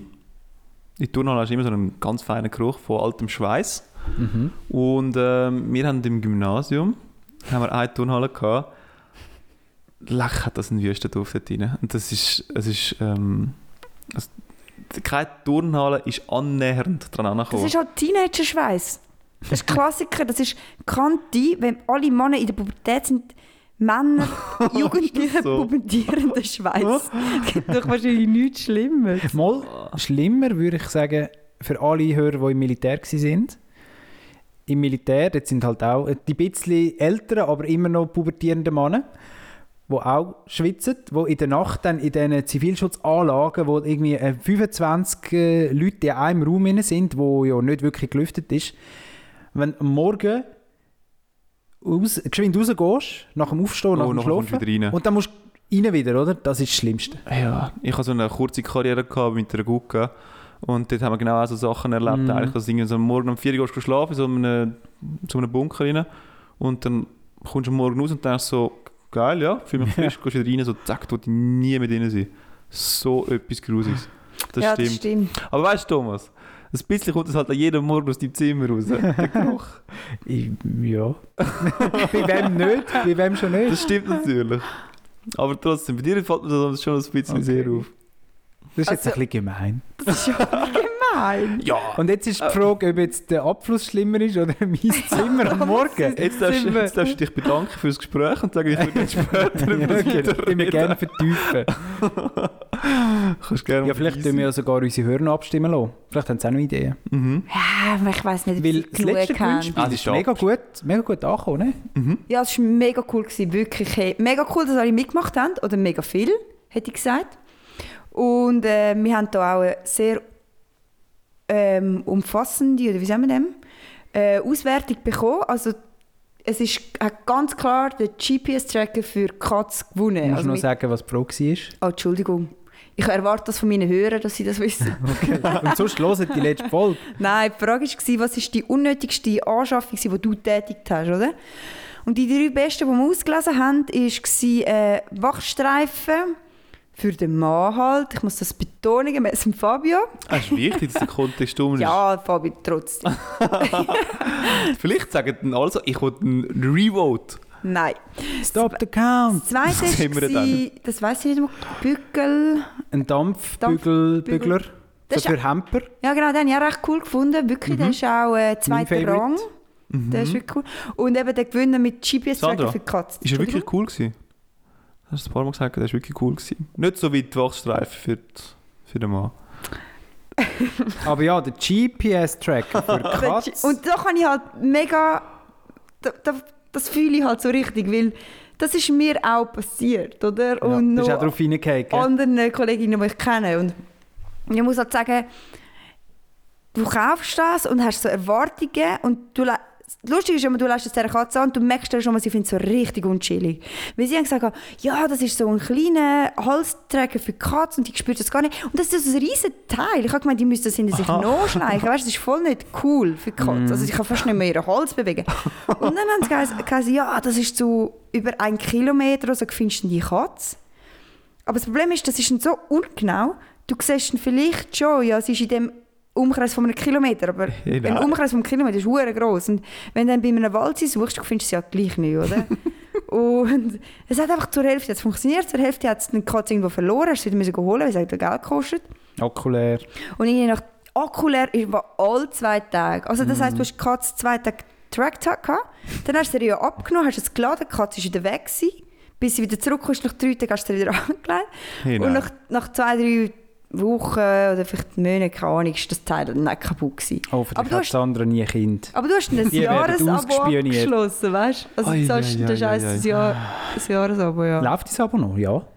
In der Turnhalle hast du immer so einen ganz feinen Geruch von altem Schweiß.
Mhm.
Und ähm, wir haben im Gymnasium haben wir eine Turnhalle gehabt. Lech hat das einen wüsten Duft dort rein. Und das ist, es ist, ähm, also, keine Turnhalle ist annähernd dran
Das
angekommen.
ist halt Teenager-Schweiß. Das ist Klassiker, das ist Kanti, wenn alle Männer in der Pubertät sind, Männer, Jugendliche,
so?
pubertierender Schweiß. Es gibt doch wahrscheinlich nichts Schlimmes.
Mal schlimmer würde ich sagen, für alle Hörer, die im Militär waren. Im Militär, dort sind halt auch die bisschen älteren, aber immer noch pubertierenden Männer, die auch schwitzen, die in der Nacht dann in diesen Zivilschutzanlagen, wo irgendwie äh, 25 äh, Leute in einem Raum drin sind, wo ja nicht wirklich gelüftet ist, wenn am Morgen raus, geschwind rausgehst, nach dem Aufstehen, nach
Oh,
dem
nachher kommst du
Schlafen,
wieder rein.
und dann musst du rein wieder, oder? Das ist das Schlimmste.
Ja, ich hatte so eine kurze Karriere gehabt mit der Gucke. Und dort haben wir genau auch so Sachen erlebt.
Mhm.
Eigentlich, dass du irgendwie so am Morgen um 4 Uhr gehst du schlafen, in so einem, so einem Bunker rein. Und dann kommst du am Morgen raus und denkst so, geil, ja, fühle mich frisch, gehst wieder rein, so zack, du nie mehr drin sein. So etwas Grusiges. Das
ja, das
stimmt.
stimmt.
Aber weißt du, Thomas, ein bisschen kommt es halt an jedem Morgen aus deinem Zimmer raus. Der Geruch.
Ich, ja. bei wem nicht? Bei wem schon nicht?
Das stimmt natürlich. Aber trotzdem, bei dir fällt mir das schon ein bisschen
Okay.
sehr auf.
Das ist jetzt
Also-
ein bisschen gemein.
Das ist ja gemein.
Ja,
Und jetzt
Äh,
ist die Frage, ob jetzt der Abfluss schlimmer ist oder mein Zimmer am Morgen.
Jetzt darfst, du- jetzt darfst du dich bedanken für das Gespräch und sagen, ich würde jetzt später
Ja,
über das
okay,
wieder
die wir
reden.
gerne vertiefen.
Kannst gerne
Ja, vielleicht tun wir ja sogar unsere Hörer abstimmen lassen. Vielleicht haben sie auch noch Ideen.
Mhm.
Ja, aber ich weiß nicht, ob
Weil
ich
das letzte
genug kann.
Gewinnspiel
Ah, die
ist
Stadt.
mega gut, mega gut angekommen, ne?
Ja, es war mega cool, gewesen, wirklich. Hey, mega cool, dass alle mitgemacht haben, oder mega viel, hätte ich gesagt. Und äh, wir haben da auch eine sehr ähm, umfassende, oder wie sagen wir dem, äh, Auswertung bekommen. Also es ist, hat ganz klar der GPS-Tracker für Katz
Du
gewonnen.
musst
Also
noch
mit,
sagen, was die Frage war.
oh, Entschuldigung. Ich erwarte das von meinen Hörern, dass sie das wissen.
Okay. Und sonst hören die letzte Folge.
Nein, die Frage war, was ist die unnötigste Anschaffung, gewesen, die du tätigt hast, oder? Und die drei besten, die wir ausgelesen haben, waren äh, Wachstreifen für den Mann halt. Ich muss das betonen, gemäss dem Fabio.
Es Ah, ist wichtig, dass der Kontext um ist.
Ja, Fabio, trotzdem.
Vielleicht sagen dann alle so, ich will einen Revote.
Nein.
Stop the count!
Das zweite
Das sehen wir
war, das weiß ich nicht mehr, Bückel.
Ein Dampfbügel,
Dampfbügel.
Bügler.
Das
so
ist-
für Hemper.
Ja, genau, den habe ich auch recht cool gefunden. Wirklich,
Mhm.
der ist auch äh, zweiter
Favorite.
Rang. Der ist wirklich cool. Und eben der Gewinner mit GPS-Tracker
Sandra,
für die Katze.
Ist er wirklich cool gewesen? Hast du ein paar Mal gesagt, der ist wirklich cool gewesen. Nicht so wie die Wachstreifen für, die, für den Mann.
Aber ja, der GPS-Tracker für Katz.
Und da kann ich halt mega. Da, da, das fühle ich halt so richtig, weil das ist mir auch passiert, oder? und
ja, das ist auch
noch
drauf reingehakt, gell?
anderen äh, Kolleginnen, die ich kenne. Und ich muss halt sagen, du kaufst das und hast so Erwartungen und du lä- Lustig ist immer, du lässt es dieser Katze an und du merkst dann schon mal, sie findet es so richtig unchillig. Weil sie haben gesagt, ja, das ist so ein kleiner Halsträger für die Katze und die spürt das gar nicht. Und das ist so ein riesen Teil. Ich habe gemeint, die müssen das hinter sich nachschleichen. Weißt, das ist voll nicht cool für die Katze. Also sie kann fast nicht mehr ihren Hals bewegen. Und dann haben sie gesagt- gesagt, ja, das ist so über einen Kilometer oder so, findest du die Katze. Aber das Problem ist, das ist dann so ungenau. Du siehst ihn vielleicht schon, ja, es ist in dem Umkreis von einem Kilometer, aber
Nein.
ein Umkreis von einem Kilometer ist hure groß und wenn du dann bei einem Wald sie suchst, du findest du es ja gleich nicht, oder? und es hat einfach zur Hälfte jetzt funktioniert, zur Hälfte hat es den Katz irgendwo verloren, hast du wieder müssen holen, weil es hat Geld gekostet.
Okulär.
Und irgendwie nach Okulär war alle zwei Tage. Also
Mhm.
das heisst, du hast die Katze zwei Tage getrackt gehabt, dann hast du sie ja abgenommen, hast es geladen, die Katze ist wieder weg gewesen. Bis sie wieder zurückkommst, nach drei Tagen hast du sie wieder angelegt.
Hey,
Und
nein.
nach, nach zwei, drei Wochen oder vielleicht Monaten, keine Ahnung, ist das Teil dann nicht kaputt gewesen.
Oh, für
Aber
dich
du
hat das
hast,
andere nie ein Kind.
aber du hast ein
Die werden
Jahresabo
ausgespioniert.
abgeschlossen, weißt du? Also
Ai,
du zahlst
ai,
den
ai,
Scheiß
ai, ai.
ein Jahr, ein Jahresabo, ja.
Läuft dein Abo noch? Ja, oder?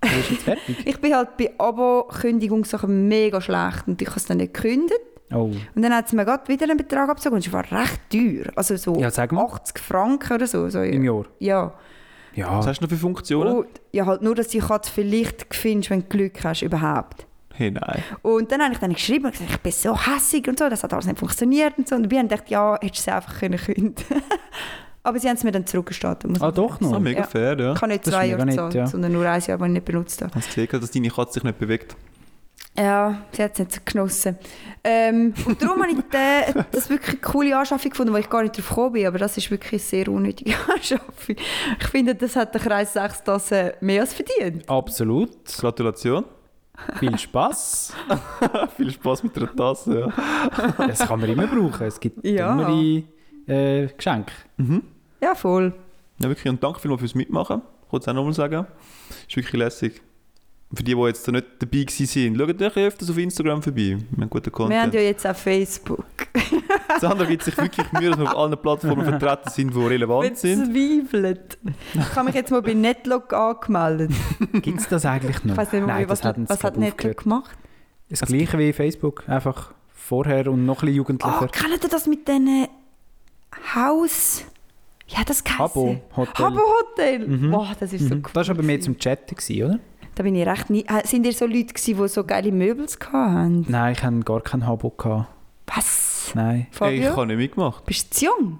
Du bist jetzt fertig.
Ich bin halt bei Abo-Kündigungssachen mega schlecht und ich habe es dann nicht gekündigt.
Oh.
Und dann hat es mir gerade wieder einen Betrag abgezogen und es war recht teuer. Also so
Ja, sag mal.
80 Franken oder so. so
Im Jahr.
Ja.
Was
Ja.
hast du noch für Funktionen?
Und, ja, halt nur, dass die Katze vielleicht findest, wenn du Glück hast, überhaupt.
Hey, nein.
Und dann habe ich dann geschrieben und gesagt, ich bin so hässig und so, das hat alles nicht funktioniert und so. Und wir haben gedacht, ja, hättest du es einfach können künden. Aber sie haben es mir dann zurückgestattet. muss
Ah,
ich
Das
doch
ist
noch.
auch Oh, mega
Ja.
fair, ja.
Ich habe nicht
Das ist
zwei
mega
Jahre
nett,
gezahlt,
ja.
sondern nur ein Jahr, das ich nicht benutzt habe.
Hast du gesehen, dass deine Katze sich nicht bewegt?
Ja, sie hat es nicht so genossen. Ähm, und darum habe ich den, das wirklich eine coole Anschaffung gefunden, wo ich gar nicht drauf gekommen bin, aber das ist wirklich eine sehr unnötige Anschaffung. Ich finde, das hat der Kreis 6 das äh, mehr als verdient.
Absolut.
Gratulation.
Viel Spaß.
Viel Spaß mit der Tasse, ja.
Das kann man immer brauchen. Es gibt
Ja.
immer äh, Geschenke.
Ja, voll.
Mhm. ja wirklich. Und danke vielmals fürs Mitmachen. Ich wollte es auch nochmal sagen. Ist wirklich lässig. Für die, die jetzt nicht dabei gewesen sind, schaut euch öfters auf Instagram vorbei. Wir haben guten
Wir haben
Content.
ja jetzt auch Facebook.
Sandra gibt sich wirklich Mühe, dass wir auf allen Plattformen vertreten sind, die relevant sind.
Verzweifelt. Ich habe mich jetzt mal bei Netlog angemeldet.
Gibt es das eigentlich noch?
Ich weiß nicht,
Nein,
mehr, was,
das hat uns
was hat
gerade
Netlog
aufgehört.
gemacht.
Das gleiche wie Facebook, einfach vorher und noch ein bisschen
Oh,
jugendlicher.
kennt ihr das mit diesen Haus... Ja, das geheißen?
Habo Hotel.
Habo Hotel.
Mhm.
Boah, das ist so
Mhm.
cool.
Das war aber mehr zum Chatten, gewesen, oder?
Da bin ich recht nie. Äh, Sind ihr so Leute gewesen, die so geile Möbel hatten?
Nein, ich hatte gar kein Habo. Gehabt.
Was?
Nein.
Hey, ich
Fabio?
habe nicht mitgemacht.
bist du zu jung?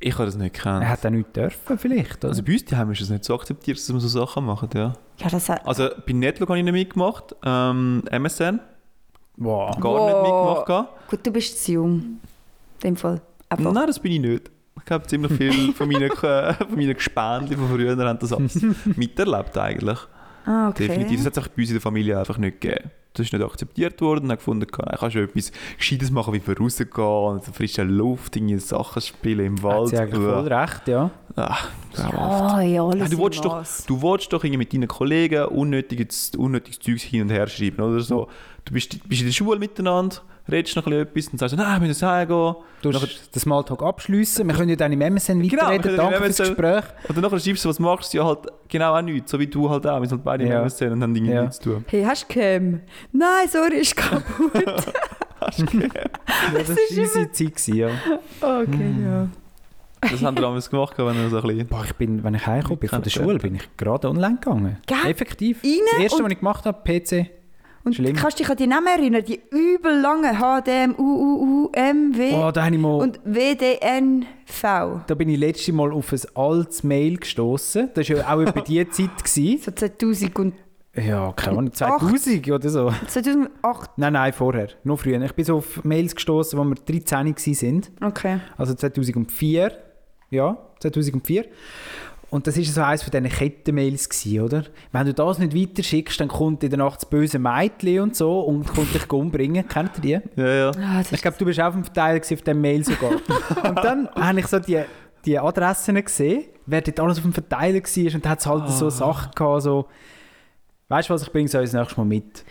Ich habe das nicht
Er
gekannt.
hat auch nicht dürfen, vielleicht.
Also
Also,
bei uns daheim ist es nicht so akzeptiert, dass man so Sachen macht, ja.
Ja, das hat...
Also bei Netlog habe ich nicht mitgemacht. Ähm, MSN,
wow.
gar
Wow.
nicht mitgemacht. gehabt.
Gut, du bist zu jung. In dem Fall. Einfach.
Nein, das bin ich nicht. Ich glaube, ziemlich viel von meinen, K- von meinen Gespenden von früher haben das alles miterlebt eigentlich.
Ah, okay.
Definitiv. Das hat es einfach bei uns in der Familie einfach nicht gegeben. Das ist nicht akzeptiert worden. Ich habe gefunden, kann- ich kann schon etwas Gescheites machen, wie für rausgehen, und frische Luft, irgendwie Sachen spielen im
Hat
Wald.
sie eigentlich voll recht, ja.
Ach, grauenhaft.
Ja, ja, alles
Ja, du
im
wolltest doch,
Maß.
du wolltest doch irgendwie mit deinen Kollegen unnötiges, unnötiges Zeugs hin und her schreiben oder so. Du bist, bist in der Schule miteinander, redest noch ein bisschen etwas und sagst, nein, wir müssen heimgehen.
Du
Nachher-
hast den Smalltalk abschließen. Wir können ja dann im MSN
Genau,
weiterreden.
wir können im
Danke fürs
MSN
Gespräch.
Und dann nachher schreibst du, was machst du, ja halt genau auch nichts, so wie du halt auch. Wir sind halt beide
Ja.
ja. sehen und haben Dinge
Ja.
nichts zu tun.
Hey, hast du Cam? Nein, sorry, ist kaputt.
Ja, das war
ist
unsere Zeit. Gewesen, ja.
okay,
Mm.
ja.
Das haben wir damals gemacht, wenn wir so ein bisschen...
Boah, ich bin, wenn ich heimgekommen bin von der
Ja.
Schule, bin ich gerade online gegangen.
Gell?
Effektiv.
Rein
das erste,
und-
was ich gemacht habe, PC.
Und
Schlimm.
kannst du dich an die Namen erinnern? Die übel langen HDM, U, U, U, M, W
Oh, da, habe ich mal,
und WDNV.
da bin ich letztes Mal auf ein altes Mail gestoßen. Das war ja auch etwa die Zeit. Gewesen.
So 2000 und
Ja, keine Ahnung, 2000 oder so.
2008.
Nein, nein, vorher. Noch früher. Ich bin so auf Mails gestoßen, wo wir 13 waren.
Okay.
Also 2004. Ja, 2004. Und das war so eines von diesen Kettenmails, gewesen, oder? Wenn du das nicht weiterschickst, dann kommt in der Nacht das böse Mädchen und so und kommt dich umbringen. Kennt ihr die?
Ja, ja.
Ah, das
Ich glaube, du bist auch auf dem Teil gewesen, auf dem Mail sogar. und dann habe ich so die, die Adressen gesehen, wer dort alles auf dem Verteiler war und da hat es halt so Sachen gehabt, so... Weißt du was, ich bringe es euch das nächste Mal mit.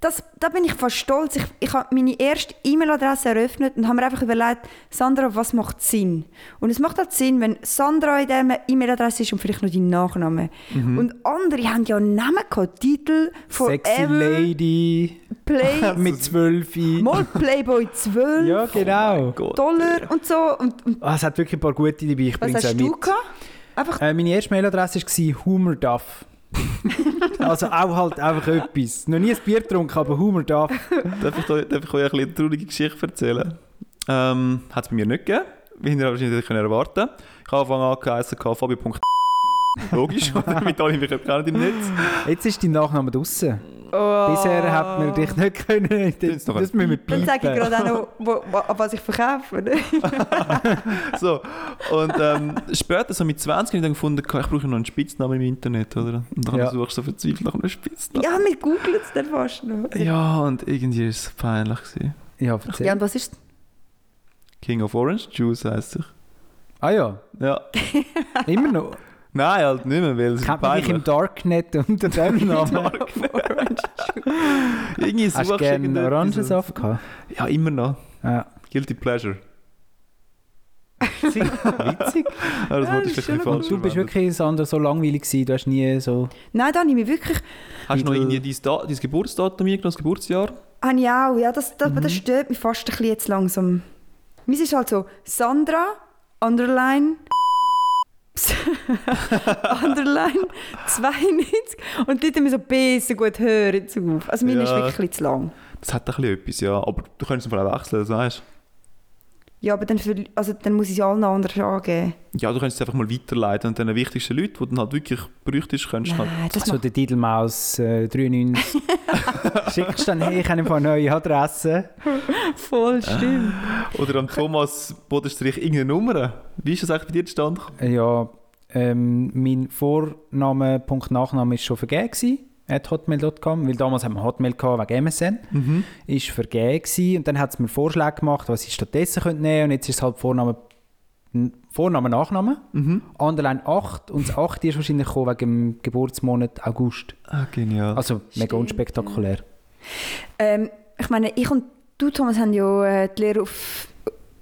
Das, da bin ich fast stolz. Ich, ich habe meine erste E-Mail-Adresse eröffnet und habe mir einfach überlegt, Sandra, was macht Sinn? Und es macht halt Sinn, wenn Sandra in dieser E-Mail-Adresse ist und vielleicht noch dein Nachname. Und andere haben ja Namen gehabt, Titel,
Mhm. Sexy
Forever,
Lady
Play,
mit 12.
mal Playboy 12,
Ja, genau.
Gott.
Dollar und so. Und, und
Ah, es hat wirklich ein paar gute dabei, ich
was
bringe es
hast
auch
du
mit.
gehabt? Einfach,
Äh, meine erste Mailadresse war Hummerduff. also auch halt einfach etwas. Noch nie ein Bier getrunken, aber Hummerduff.
Darf ich, euch- darf ich euch eine kleine traurige Geschichte erzählen? Ähm, hat es bei mir nicht gegeben, wie ihr wahrscheinlich hättet können erwarten Ich habe angefangen an geheissen, Fabio. Logisch, oder? mit allem, ich kenne im Netz.
Jetzt ist dein Nachname draussen.
oh.
Bisher hat man dich nicht können. Das,
Tut's noch
das müssen wir
Dann sage ich
piepen.
gerade auch noch, wo, wo, an was ich verkaufe. oder?
So, und ähm, später, so mit 20, habe ich dann gefunden, ich brauche noch einen Spitznamen im Internet, oder? Und dann
Ja.
suchst du so verzweifelt nach einem Spitznamen.
ja, wir googeln es dann fast noch.
Ja, und irgendwie war es peinlich. Gewesen.
Ja, erzähl.
Ja, und was ist
King of Orange Juice heisst ich.
Ah ja,
Ja.
immer noch.
Nein, halt nicht mehr, weil es
Kennt man dich im
peinlich
Darknet unter dem Namen?
Irgendwie
Hast
suchst
du
du
gerne
irgendetwas
Orangensaft gehabt?
und- Ja, immer noch.
Ja.
Guilty Pleasure.
Witzig.
Aber Ah, das
Ja,
Wort
das
ist
ist
vielleicht
schon
falsch.
Du bist
verwendet.
wirklich, Sandra, so langweilig gewesen. Du hast nie so...
Nein, da habe ich mich wirklich
Hast du noch
Titel-
irgendwie dein, Da- dein Geburtsdatum, irgendwas Geburtsjahr?
Habe ich auch, Ah, ja, das, das, das stört mich fast ein bisschen jetzt langsam. Meins ist halt so, Sandra, underline, underline, 92 und die Leute müssen so, besser gut, hören jetzt auf. Also meine ist
Ja.
wirklich ein bisschen zu lang.
Das hat ein bisschen etwas, ja. Aber du könntest es mal auch wechseln, das weißt
Ja, aber dann, verli- also, dann muss ich es allen anderen angeben.
Ja, du könntest es einfach mal weiterleiten an den wichtigsten Leuten, die du dann halt wirklich bräuchtest, könntest du halt
Nein, das
so
macht...
der Didelmaus äh, 93. Schickst dann, hey, ich habe ein paar neue Adressen.
Voll stimmt.
Oder am Thomas Bodenstrich irgendeine Nummer. Wie ist das eigentlich bei dir zustande gekommen?
Ja, ähm, mein Vorname, Punkt Nachname ist schon vergeben gewesen, at hotmail.com, weil damals haben wir Hotmail gehabt wegen MSN. Ist vergeben gewesen und dann hat es mir Vorschläge gemacht, was ich stattdessen könnte nehmen und jetzt ist es halt Vorname, N- Vorname Nachname, underline 8 und das 8 ist wahrscheinlich gekommen wegen dem Geburtsmonat August.
Ah, genial.
Also
Stimmt,
mega unspektakulär.
Ähm, ich meine, ich und du, Thomas, haben ja äh, die Lehre auf,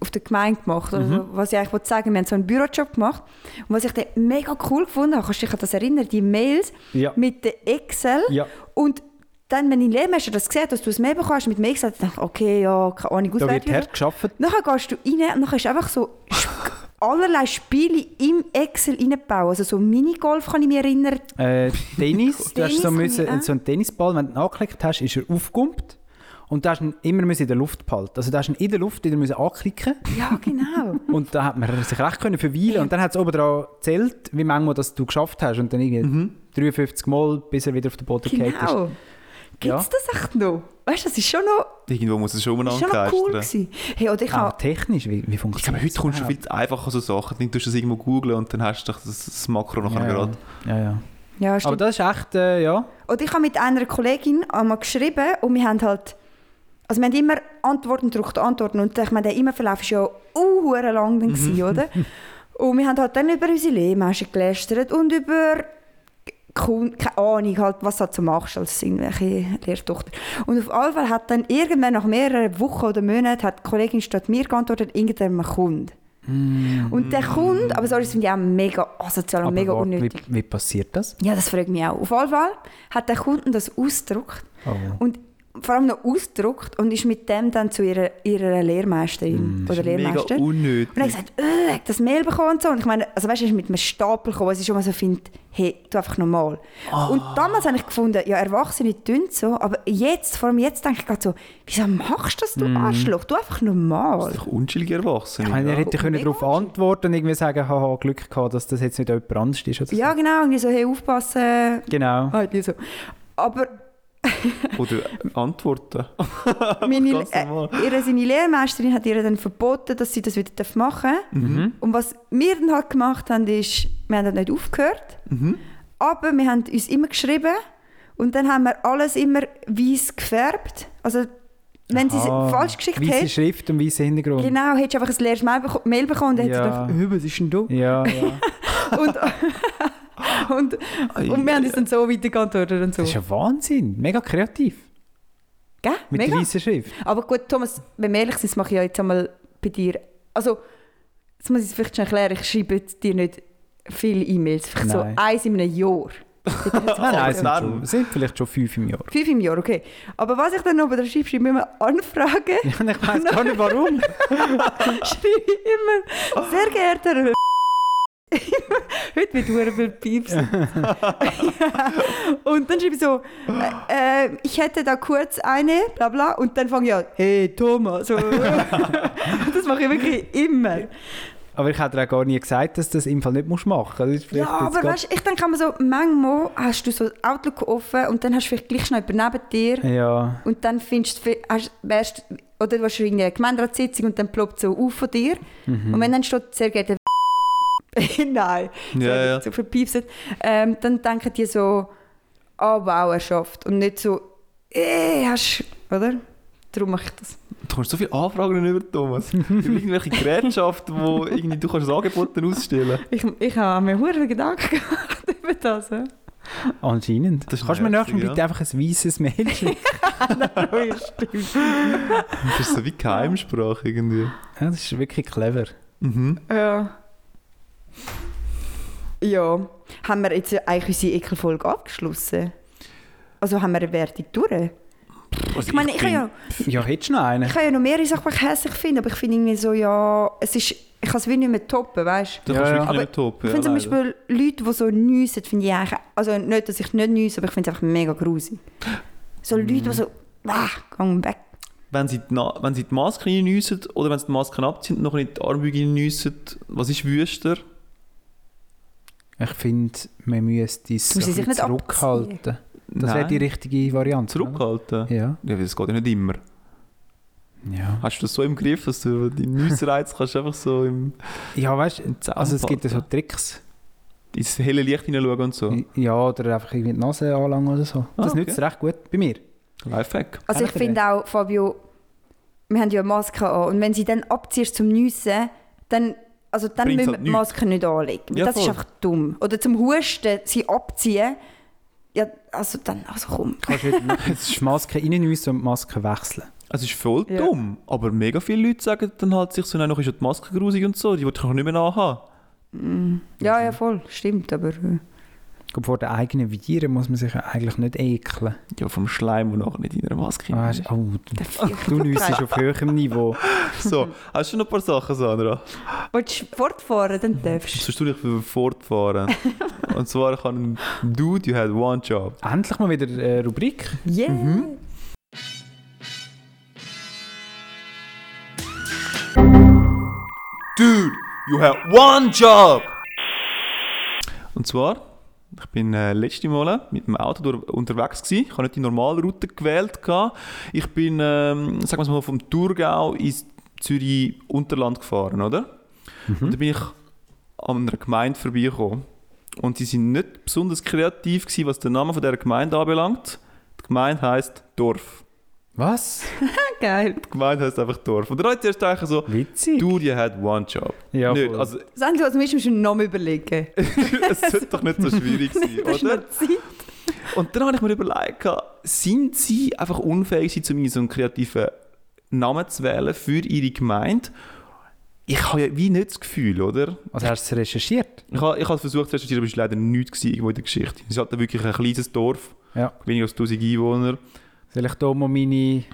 auf der Gemeinde gemacht. Also,
Mhm.
was ich eigentlich wollte sagen, wir haben so einen Bürojob gemacht. Und was ich dann mega cool gefunden habe, kannst du dich an das erinnern, die Mails
Ja.
mit der Excel.
Ja.
Und dann, wenn dein Lehrmeister das sieht, dass du es mehr bekommst mit mehr gesagt, dachte ich, okay, ja, keine Ahnung,
Da
auswendig
wird
wieder.
hart geschafft.
Nachher gehst du rein und nachher ist einfach so sp- allerlei Spiele im Excel reingebaut. Also so Minigolf kann ich mich erinnern.
Äh, Tennis, du hast
Tennis
so,
kann
müssen,
ich auch.
so einen Tennisball, wenn du ihn angeklickt hast, ist er aufgumpt und du hast ihn immer müssen in der Luft behalten. Also du hast ihn in der Luft wieder müssen anklicken
Ja, genau.
und da hat man sich recht können verweilen und dann hat es oben dran gezählt, wie manchmal das du geschafft hast und dann irgendwie 53 Mal, bis er wieder auf den Boden gefallen ist.
Mhm. genau. Gibt es
Ja.
das echt noch? Weißt du, das ist schon noch
Irgendwo muss es schon
Das war schon noch cool.
umeinander geistern.
Gewesen. Hey, oder ich
Auch
habe
Ah, technisch, wie, wie
Ich
funktioniert
glaube, heute kommst du viel zu einfach an so Sachen. Dann tust du es irgendwo googeln und dann hast du doch das, das Makro nachher
ja,
gerade.
ja, ja.
ja,
Aber
stimmt. Ah,
das ist echt, äh, ja.
Oder ich habe mit einer Kollegin einmal geschrieben und wir haben halt also wir haben immer Antworten gedruckt, Antworten und ich meine, der E-Mail-Verlauf war ja unhuere lang dann, gewesen, oder? Und wir haben halt dann über unsere Lehrmenschen gelästert und über Kun- keine Ahnung, halt, was du halt so machst als irgendwelche Lehrtochter. Und auf jeden Fall hat dann irgendwann nach mehreren Wochen oder Monaten hat die Kollegin statt mir geantwortet, irgendeinem Kunde. Und der Kunde, aber sorry, das finde ich auch mega asozial und
Aber
mega
warte, wie,
unnötig.
wie passiert das?
Ja, das fragt mich auch. Auf jeden Fall hat der Kunden das ausgedruckt
Oh.
und vor allem noch ausgedruckt und ist mit dem dann zu ihrer, ihrer Lehrmeisterin oder
Mega
Lehrmeister. Und dann
unnötig.
gesagt, äh, ich das Mail bekommen und so. Und ich meine, also weißt du, er ist mit einem Stapel gekommen, was ich schon mal so finde, hey, tu einfach normal.
Ah.
Und damals habe ich gefunden, ja, Erwachsene tun so, aber jetzt, vor allem jetzt denke ich gerade so, wieso machst du das, du Arschloch? Tu einfach normal.
Mm. Doch unschuldige Erwachsene.
Ich meine, er
ja.
hätte können
Mega
darauf antworten und irgendwie sagen, haha, Glück gehabt, dass das jetzt nicht jemand anderes ist. Oder so.
Ja, genau, irgendwie so, hey, aufpassen.
Genau.
Halt nicht so. Aber
Oder Antworten.
meine,
ganz
äh,
normal.
ihre, seine Lehrmeisterin hat ihr dann verboten, dass sie das wieder darf machen darf.
Mhm.
Und was wir dann halt gemacht haben, ist, wir haben dann nicht aufgehört,
Mhm.
aber wir haben uns immer geschrieben und dann haben wir alles immer weiß gefärbt. Also, wenn sie
Ah,
es falsch geschickt
weisse
hätte,
Schrift und weißer Hintergrund.
genau, hättest du einfach ein leeres Mail, beko Mail bekommen und dann
Ja.
hättest du gedacht, «Hä, was ist denn da?
Ja, ja.
Und, und wir haben es dann so weitergeantwortet und so.
Das ist ja Wahnsinn. Mega kreativ.
Gell?
Mit
Mega.
der weißen Schrift.
Aber gut, Thomas, wenn wir ehrlich sind, das mache ich ja jetzt einmal bei dir. Also, das muss ich vielleicht schon erklären, ich schreibe jetzt dir nicht viele E-Mails, vielleicht
Nein.
so eins in einem Jahr.
Nein, nein, es sind,
dann.
schon, es sind vielleicht schon fünf im Jahr.
Fünf im Jahr, okay. Aber was ich dann oben da schreibe, schreibe ich immer Anfragen,
Ja, und ich weiß gar nicht warum.
schreibe ich immer, sehr geehrter Herr Heute wird hure viel piepsen. und dann schreibe ich so, äh, äh, ich hätte da kurz eine, bla bla, und dann fange ich an, hey Thomas. So. das mache ich wirklich immer.
Aber ich hätte dir auch gar nie gesagt, dass du das im Fall nicht musst machen musst.
Ja, aber weißt du, ich denke immer so, manchmal hast du so Outlook offen und dann hast du vielleicht gleich schnell jemanden neben dir
Ja,
und dann findest du, hast, wärst, oder du hast irgendwie eine Gemeinderatssitzung und dann ploppt so auf von dir
Mhm.
und wenn dann steht, sehr geehrter Nein,
Ja,
sehr
ja.
so verpiepset, ähm, dann denken die so, ah wow, er schafft und nicht so, eh, hast oder? Darum mache ich das.
Du kommst so viele Anfragen über Thomas. über irgendwelche Gerätschaften, wo irgendwie du kannst das Angebot dann ausstellen
Ich, ich habe mir hure Gedanken gemacht über das. Ja.
anscheinend.
Das ist
Kannst du mir nachher
nervig, ja.
bitte einfach ein weißes Mail schicken?
Das ist so wie Geheimsprache irgendwie.
Ja, das ist wirklich clever.
Mhm.
Ja. Äh, Ja. Haben wir jetzt eigentlich unsere Ekelfolge abgeschlossen? Also haben wir eine Wertung durch?
Also
Ich meine, ich kann
bin-
ja,
Ja, hättest du noch einen?
ich kann ja noch mehrere Sachen, die ich hässlich finde, aber ich finde irgendwie so, ja, es ist, ich kann es wie nicht mehr toppen, weißt
Du
Ja,
kannst
ja.
wirklich
Aber
nicht top.
Ich
Ja,
finde zum
leider.
Beispiel Leute, die so nüssen, finde ich eigentlich, also nicht, dass ich nicht nüsse, aber ich finde es einfach mega grusig. So Leute, die so, ah, geh weg.
wenn, sie die Na- wenn sie die Maske reinnüssen oder wenn sie die Maske abziehen und noch in die Armbeuge reinnüssen, was ist wüster?
Ich finde, man müsste es
Du musst
ein
es sich
bisschen
nicht
zurückhalten. Das wäre
Nein.
die richtige Variante.
Zurückhalten? Ah.
oder? Ja.
Ja, das geht ja nicht immer.
Ja,
Hast du das so im Griff, dass du die Nüssereiz kannst einfach so im,
ja weißt du,
im Zaun
also es gibt ja so
behalten?
Tricks.
ins helle Licht hineinschauen und so.
Ja, oder einfach irgendwie die Nase anlangen oder so.
Ah,
Das
okay.
nützt recht gut bei mir.
Lifehack.
Also ich
Kennen wir
finde auch, Fabio, wir haben ja eine Maske an und wenn sie dann abziehst zum Nüssen, dann, also dann müssen wir
Bringt's halt
die
nichts.
Maske nicht anlegen.
Ja,
das ist
voll.
einfach dumm. Oder zum Husten, sie abziehen, ja, also dann, also komm.
Kannst du die Maske reinnüssen und die Maske wechseln.
Es ist voll
Ja.
dumm, aber mega viele Leute sagen dann halt sich so, nein, noch ist ja die Maske grusig und so, die wollte ich auch nicht mehr anhaben.
Ja, ja, voll, stimmt, aber... äh,
Ich glaube, vor den eigenen Viren muss man sich ja eigentlich nicht ekeln.
Ja, vom Schleim, der nachher nicht in einer Maske
Weißt,
ist.
du, oh, du, du nüssest auf höherem Niveau.
So, hast du noch ein paar Sachen, Sandra?
Willst du fortfahren, dann darfst
Sollst du dich fortfahren? und zwar kann ein Dude, you had one job.
Endlich mal wieder eine Rubrik.
du. Yeah.
Mhm. Dude, you have one job! Und zwar, ich bin äh, letzte Mal mit dem Auto durch, unterwegs gewesen. Ich habe nicht die normale Route gewählt. gehabt. Ich bin, ähm, sagen wir mal, vom Thurgau ins Zürich-Unterland gefahren, oder? Und da bin ich an einer Gemeinde vorbeigekommen. Und die sind nicht besonders kreativ gewesen, was den Namen von dieser Gemeinde anbelangt. Die Gemeinde heisst Dorf.
Was?
Geil.
Die Gemeinde heisst einfach Dorf. Und da hat zuerst denken so,
Witzig.
Dude, you had one job.
Ja,
nicht,
voll.
also
Sandro, also musst du schon einen Namen überlegen.
es sollte doch nicht so schwierig sein,
Das ist
oder?
noch Zeit.
Und dann habe ich mir überlegt, sind sie einfach unfähig, sie zumindest so einen kreativen Namen zu wählen für ihre Gemeinde? Ich habe ja wie nicht das Gefühl, oder?
Also hast du es recherchiert?
Ich habe, ich habe es versucht zu recherchieren, aber es war leider nichts gewesen irgendwo in der Geschichte. Es ist halt wirklich ein kleines Dorf,
Ja.
weniger als 1000 Einwohner.
Soll ich hier mal meine,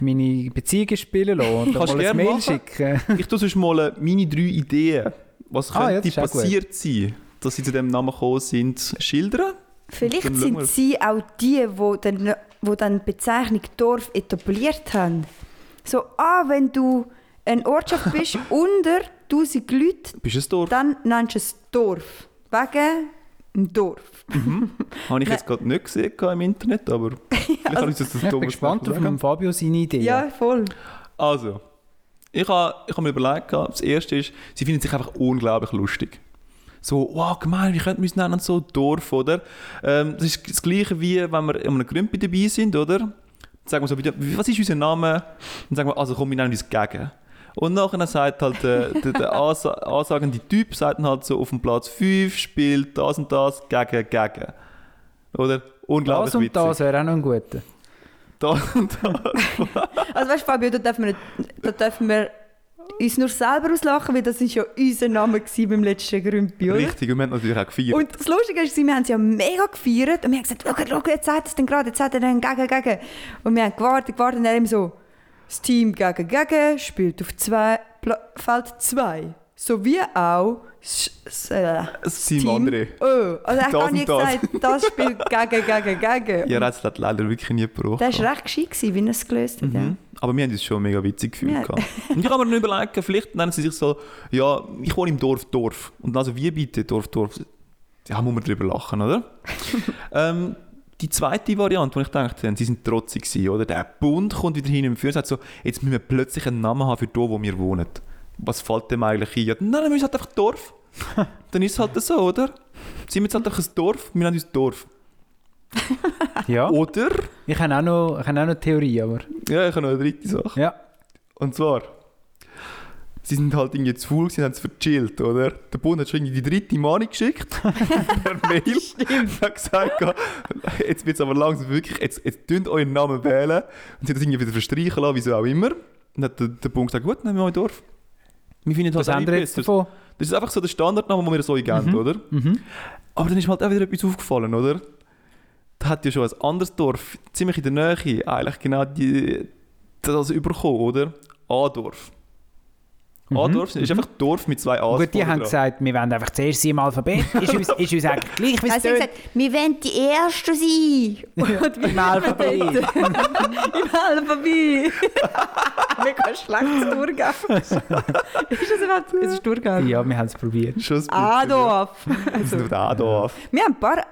meine Beziehungen spielen lassen und
Kannst
mal
gerne
ein Mail
machen.
schicken?
Ich tue sonst mal äh, meine drei Ideen, was
Ah, ja,
könnte
das ist auch gut.
passiert sein, dass sie zu dem Namen gekommen sind, schildern. Dann
Vielleicht
schauen wir.
sind sie auch die, die dann, wo dann die Bezeichnung Dorf etabliert haben. So, ah, wenn du eine Ortschaft bist, unter 1000 Leute,
Bist du ein Dorf?
dann nennst du es Dorf. Wegen dem Dorf.
Habe ich jetzt gerade nicht gesehen gehabt im Internet, aber vielleicht habe ich das
Ich bin gespannt auf den Fabio seine Idee.
Ja, voll.
Also, ich habe ich hab mir überlegt, gehabt, das erste ist, sie finden sich einfach unglaublich lustig. So, wow, gemein, wie könnten wir uns nennen? Und So, Dorf, oder? Ähm, das ist das Gleiche wie, wenn wir in einem Grümpi dabei sind, oder? Dann sagen wir so, wie- was ist unser Name? Dann sagen wir, also komm, wir nennen uns Gegen. Und nachher sagt halt der, der, der ansa ansagende Typ, sagt dann halt so, auf dem Platz 5 spielt das und das, Gegen, Gegen. Oder? Unglaublich
Das und
witzig.
das wäre auch noch ein guter.
das und das.
Also weißt du, Fabio, da dürfen, wir nicht, da dürfen wir uns nur selber auslachen, weil das war ja unser Name gewesen beim letzten Grümpi, oder?
Richtig, und wir haben natürlich auch gefeiert.
Und das Lustige ist, wir haben es ja mega gefeiert und wir haben gesagt, schau, schau jetzt hat es denn gerade, jetzt hat er den Gegen, Gegen. Und wir haben gewartet, gewartet und dann eben so, das Team Gegen, Gegen spielt auf zwei, Pla Feld 2. Sowie auch das, das, äh,
Das Team andere.
Oh, also ich
Das
habe nie
und das.
gesagt, das spielt Gegen, Gegen, Gegen.
Ja, das hat leider wirklich nie gebraucht.
das war recht gescheit, gewesen, wie er es gelöst hat. ja.
Mhm. Aber wir haben uns schon mega witzig gefühlt.
Ja.
gehabt. Und ich habe mir dann überlegt, vielleicht nennen sie sich so, ja, ich wohne im Dorf Dorf. Und also wie bitte Dorf Dorf? Ja, muss man drüber lachen, oder? ähm, die zweite Variante, wo ich gedacht habe, sie sind trotzig gewesen, oder? Der Bund kommt wieder hin und führt und sagt so, jetzt müssen wir plötzlich einen Namen haben für da, wo wir wohnen. Was fällt dem eigentlich ein? Ja, nein, wir müssen halt einfach Dorf. dann ist es halt so, oder? Sind wir jetzt halt einfach ein Dorf? Wir nennen uns Dorf.
Ja.
Oder?
Ich habe auch noch, ich habe auch noch eine Theorie, aber.
Ja, ich habe noch eine dritte Sache.
Ja.
Und zwar, sie sind halt irgendwie zu faul gewesen, haben es verchillt, oder? Der Bund hat schon irgendwie die dritte Mahnung geschickt, per Mail. Stimmt. hat gesagt, ja, jetzt wird es aber langsam wirklich, jetzt, jetzt dünnt euren Namen wählen. Und sie hat das irgendwie wieder verstreichen lassen, wieso auch immer. Und hat der, der Bund gesagt, gut, nehmen wir mal Dorf. Wir finden das
Was
auch nicht
ändert jetzt
besser.
davon?
Das ist einfach so der Standardname, den wir so geben, oder?
Mhm.
Aber dann ist mir halt auch wieder etwas aufgefallen, oder? Da hat ja schon ein anderes Dorf, ziemlich in der Nähe, eigentlich genau die, das überkommen, oder? A-Dorf. A-Dorf ist einfach Dorf mit zwei A's.
Mhm. Gut, die
vorne
haben
dran.
gesagt, wir wollen einfach zuerst sein im Alphabet. Ist uns, ist uns eigentlich gleich, wie es
Also ich
tönt.
gesagt, wir wollen die Ersten sein. Und wir
Im Alphabet.
Im Alphabet. Mega schlechtes Durchgehen. ist das überhaupt? Es ist Durchgehen.
Ja, wir haben es probiert.
Schon das
Adorf.
Bild zu mir. A-Dorf.
Wir haben ein paar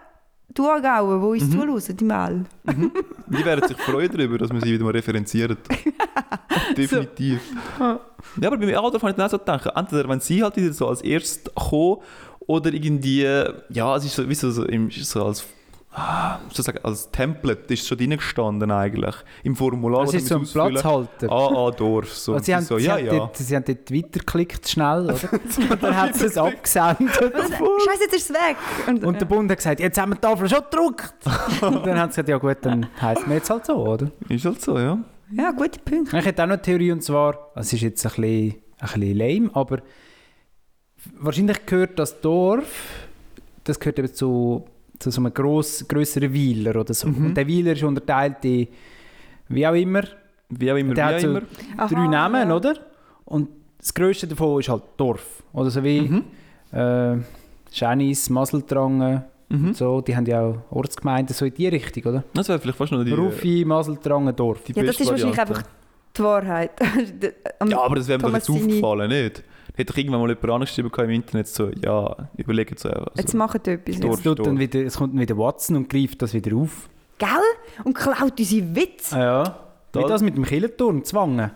Thurgauer, die uns zuhören, die Mal.
Die werden sich freuen darüber, dass wir sie wieder mal referenzieren. Definitiv. Ja, aber bei A-Dorf habe ich dann auch so gedacht, entweder wenn sie halt wieder so als erstes kommen oder irgendwie, ja, es ist so, wie so, so, im- so als ah, ich soll sagen, als Template ist schon drin gestanden eigentlich. Im Formular.
Das
wo
ist so
man
ein
muss ausfüllen.
Platzhalter.
AA Ah, Dorf. So.
Also sie,
Und
haben,
so,
sie,
ja,
haben
ja.
Dort, sie haben dort weitergeklickt, schnell, oder? Und dann hat sie es abgesendet.
Scheiße, jetzt ist es weg. Und,
Und der Bund hat gesagt, jetzt haben wir die Tafel schon gedruckt. Und dann haben sie gesagt, ja gut, dann heißen wir jetzt halt so, oder?
Ist halt so, ja.
ja, gute Punkte.
Ich hätte auch noch eine Theorie, und zwar, es ist jetzt ein bisschen, ein bisschen lame, aber wahrscheinlich gehört das Dorf, das gehört eben zu, zu so einem gross, grösseren Weiler oder so. Und der Weiler ist unterteilt in, wie auch immer,
Wie auch immer,
Der
wie
hat
auch
so-
immer.
Aha,
drei Namen,
ja.
oder? Und das grösste davon ist halt Dorf. Oder so wie
Mhm.
äh, Schenis, Maseltrangen
Mhm.
und so, die haben ja auch Ortsgemeinden, so in die Richtung, oder?
Das wäre vielleicht fast noch die, äh,
Rufi, Maseltrangen, Dorf.
die
Ja, das
beste
ist wahrscheinlich
Variante.
einfach die Wahrheit. Also, ähm, Am-
Ja, aber das wäre mir doch jetzt
Thomasini.
aufgefallen, nicht? Hätte ich irgendwann mal jemand angeschrieben gehabt im Internet, so, ja, überlegen so einfach.
Jetzt
So.
macht etwas.
Dorf,
Jetzt, tut dann
Dorf.
wieder, jetzt kommt dann wieder Watson und greift das wieder auf.
Gell? Und klaut unsere Witze.
Ah ja. Wie
Da-
das mit dem Killenturm, Zwangen.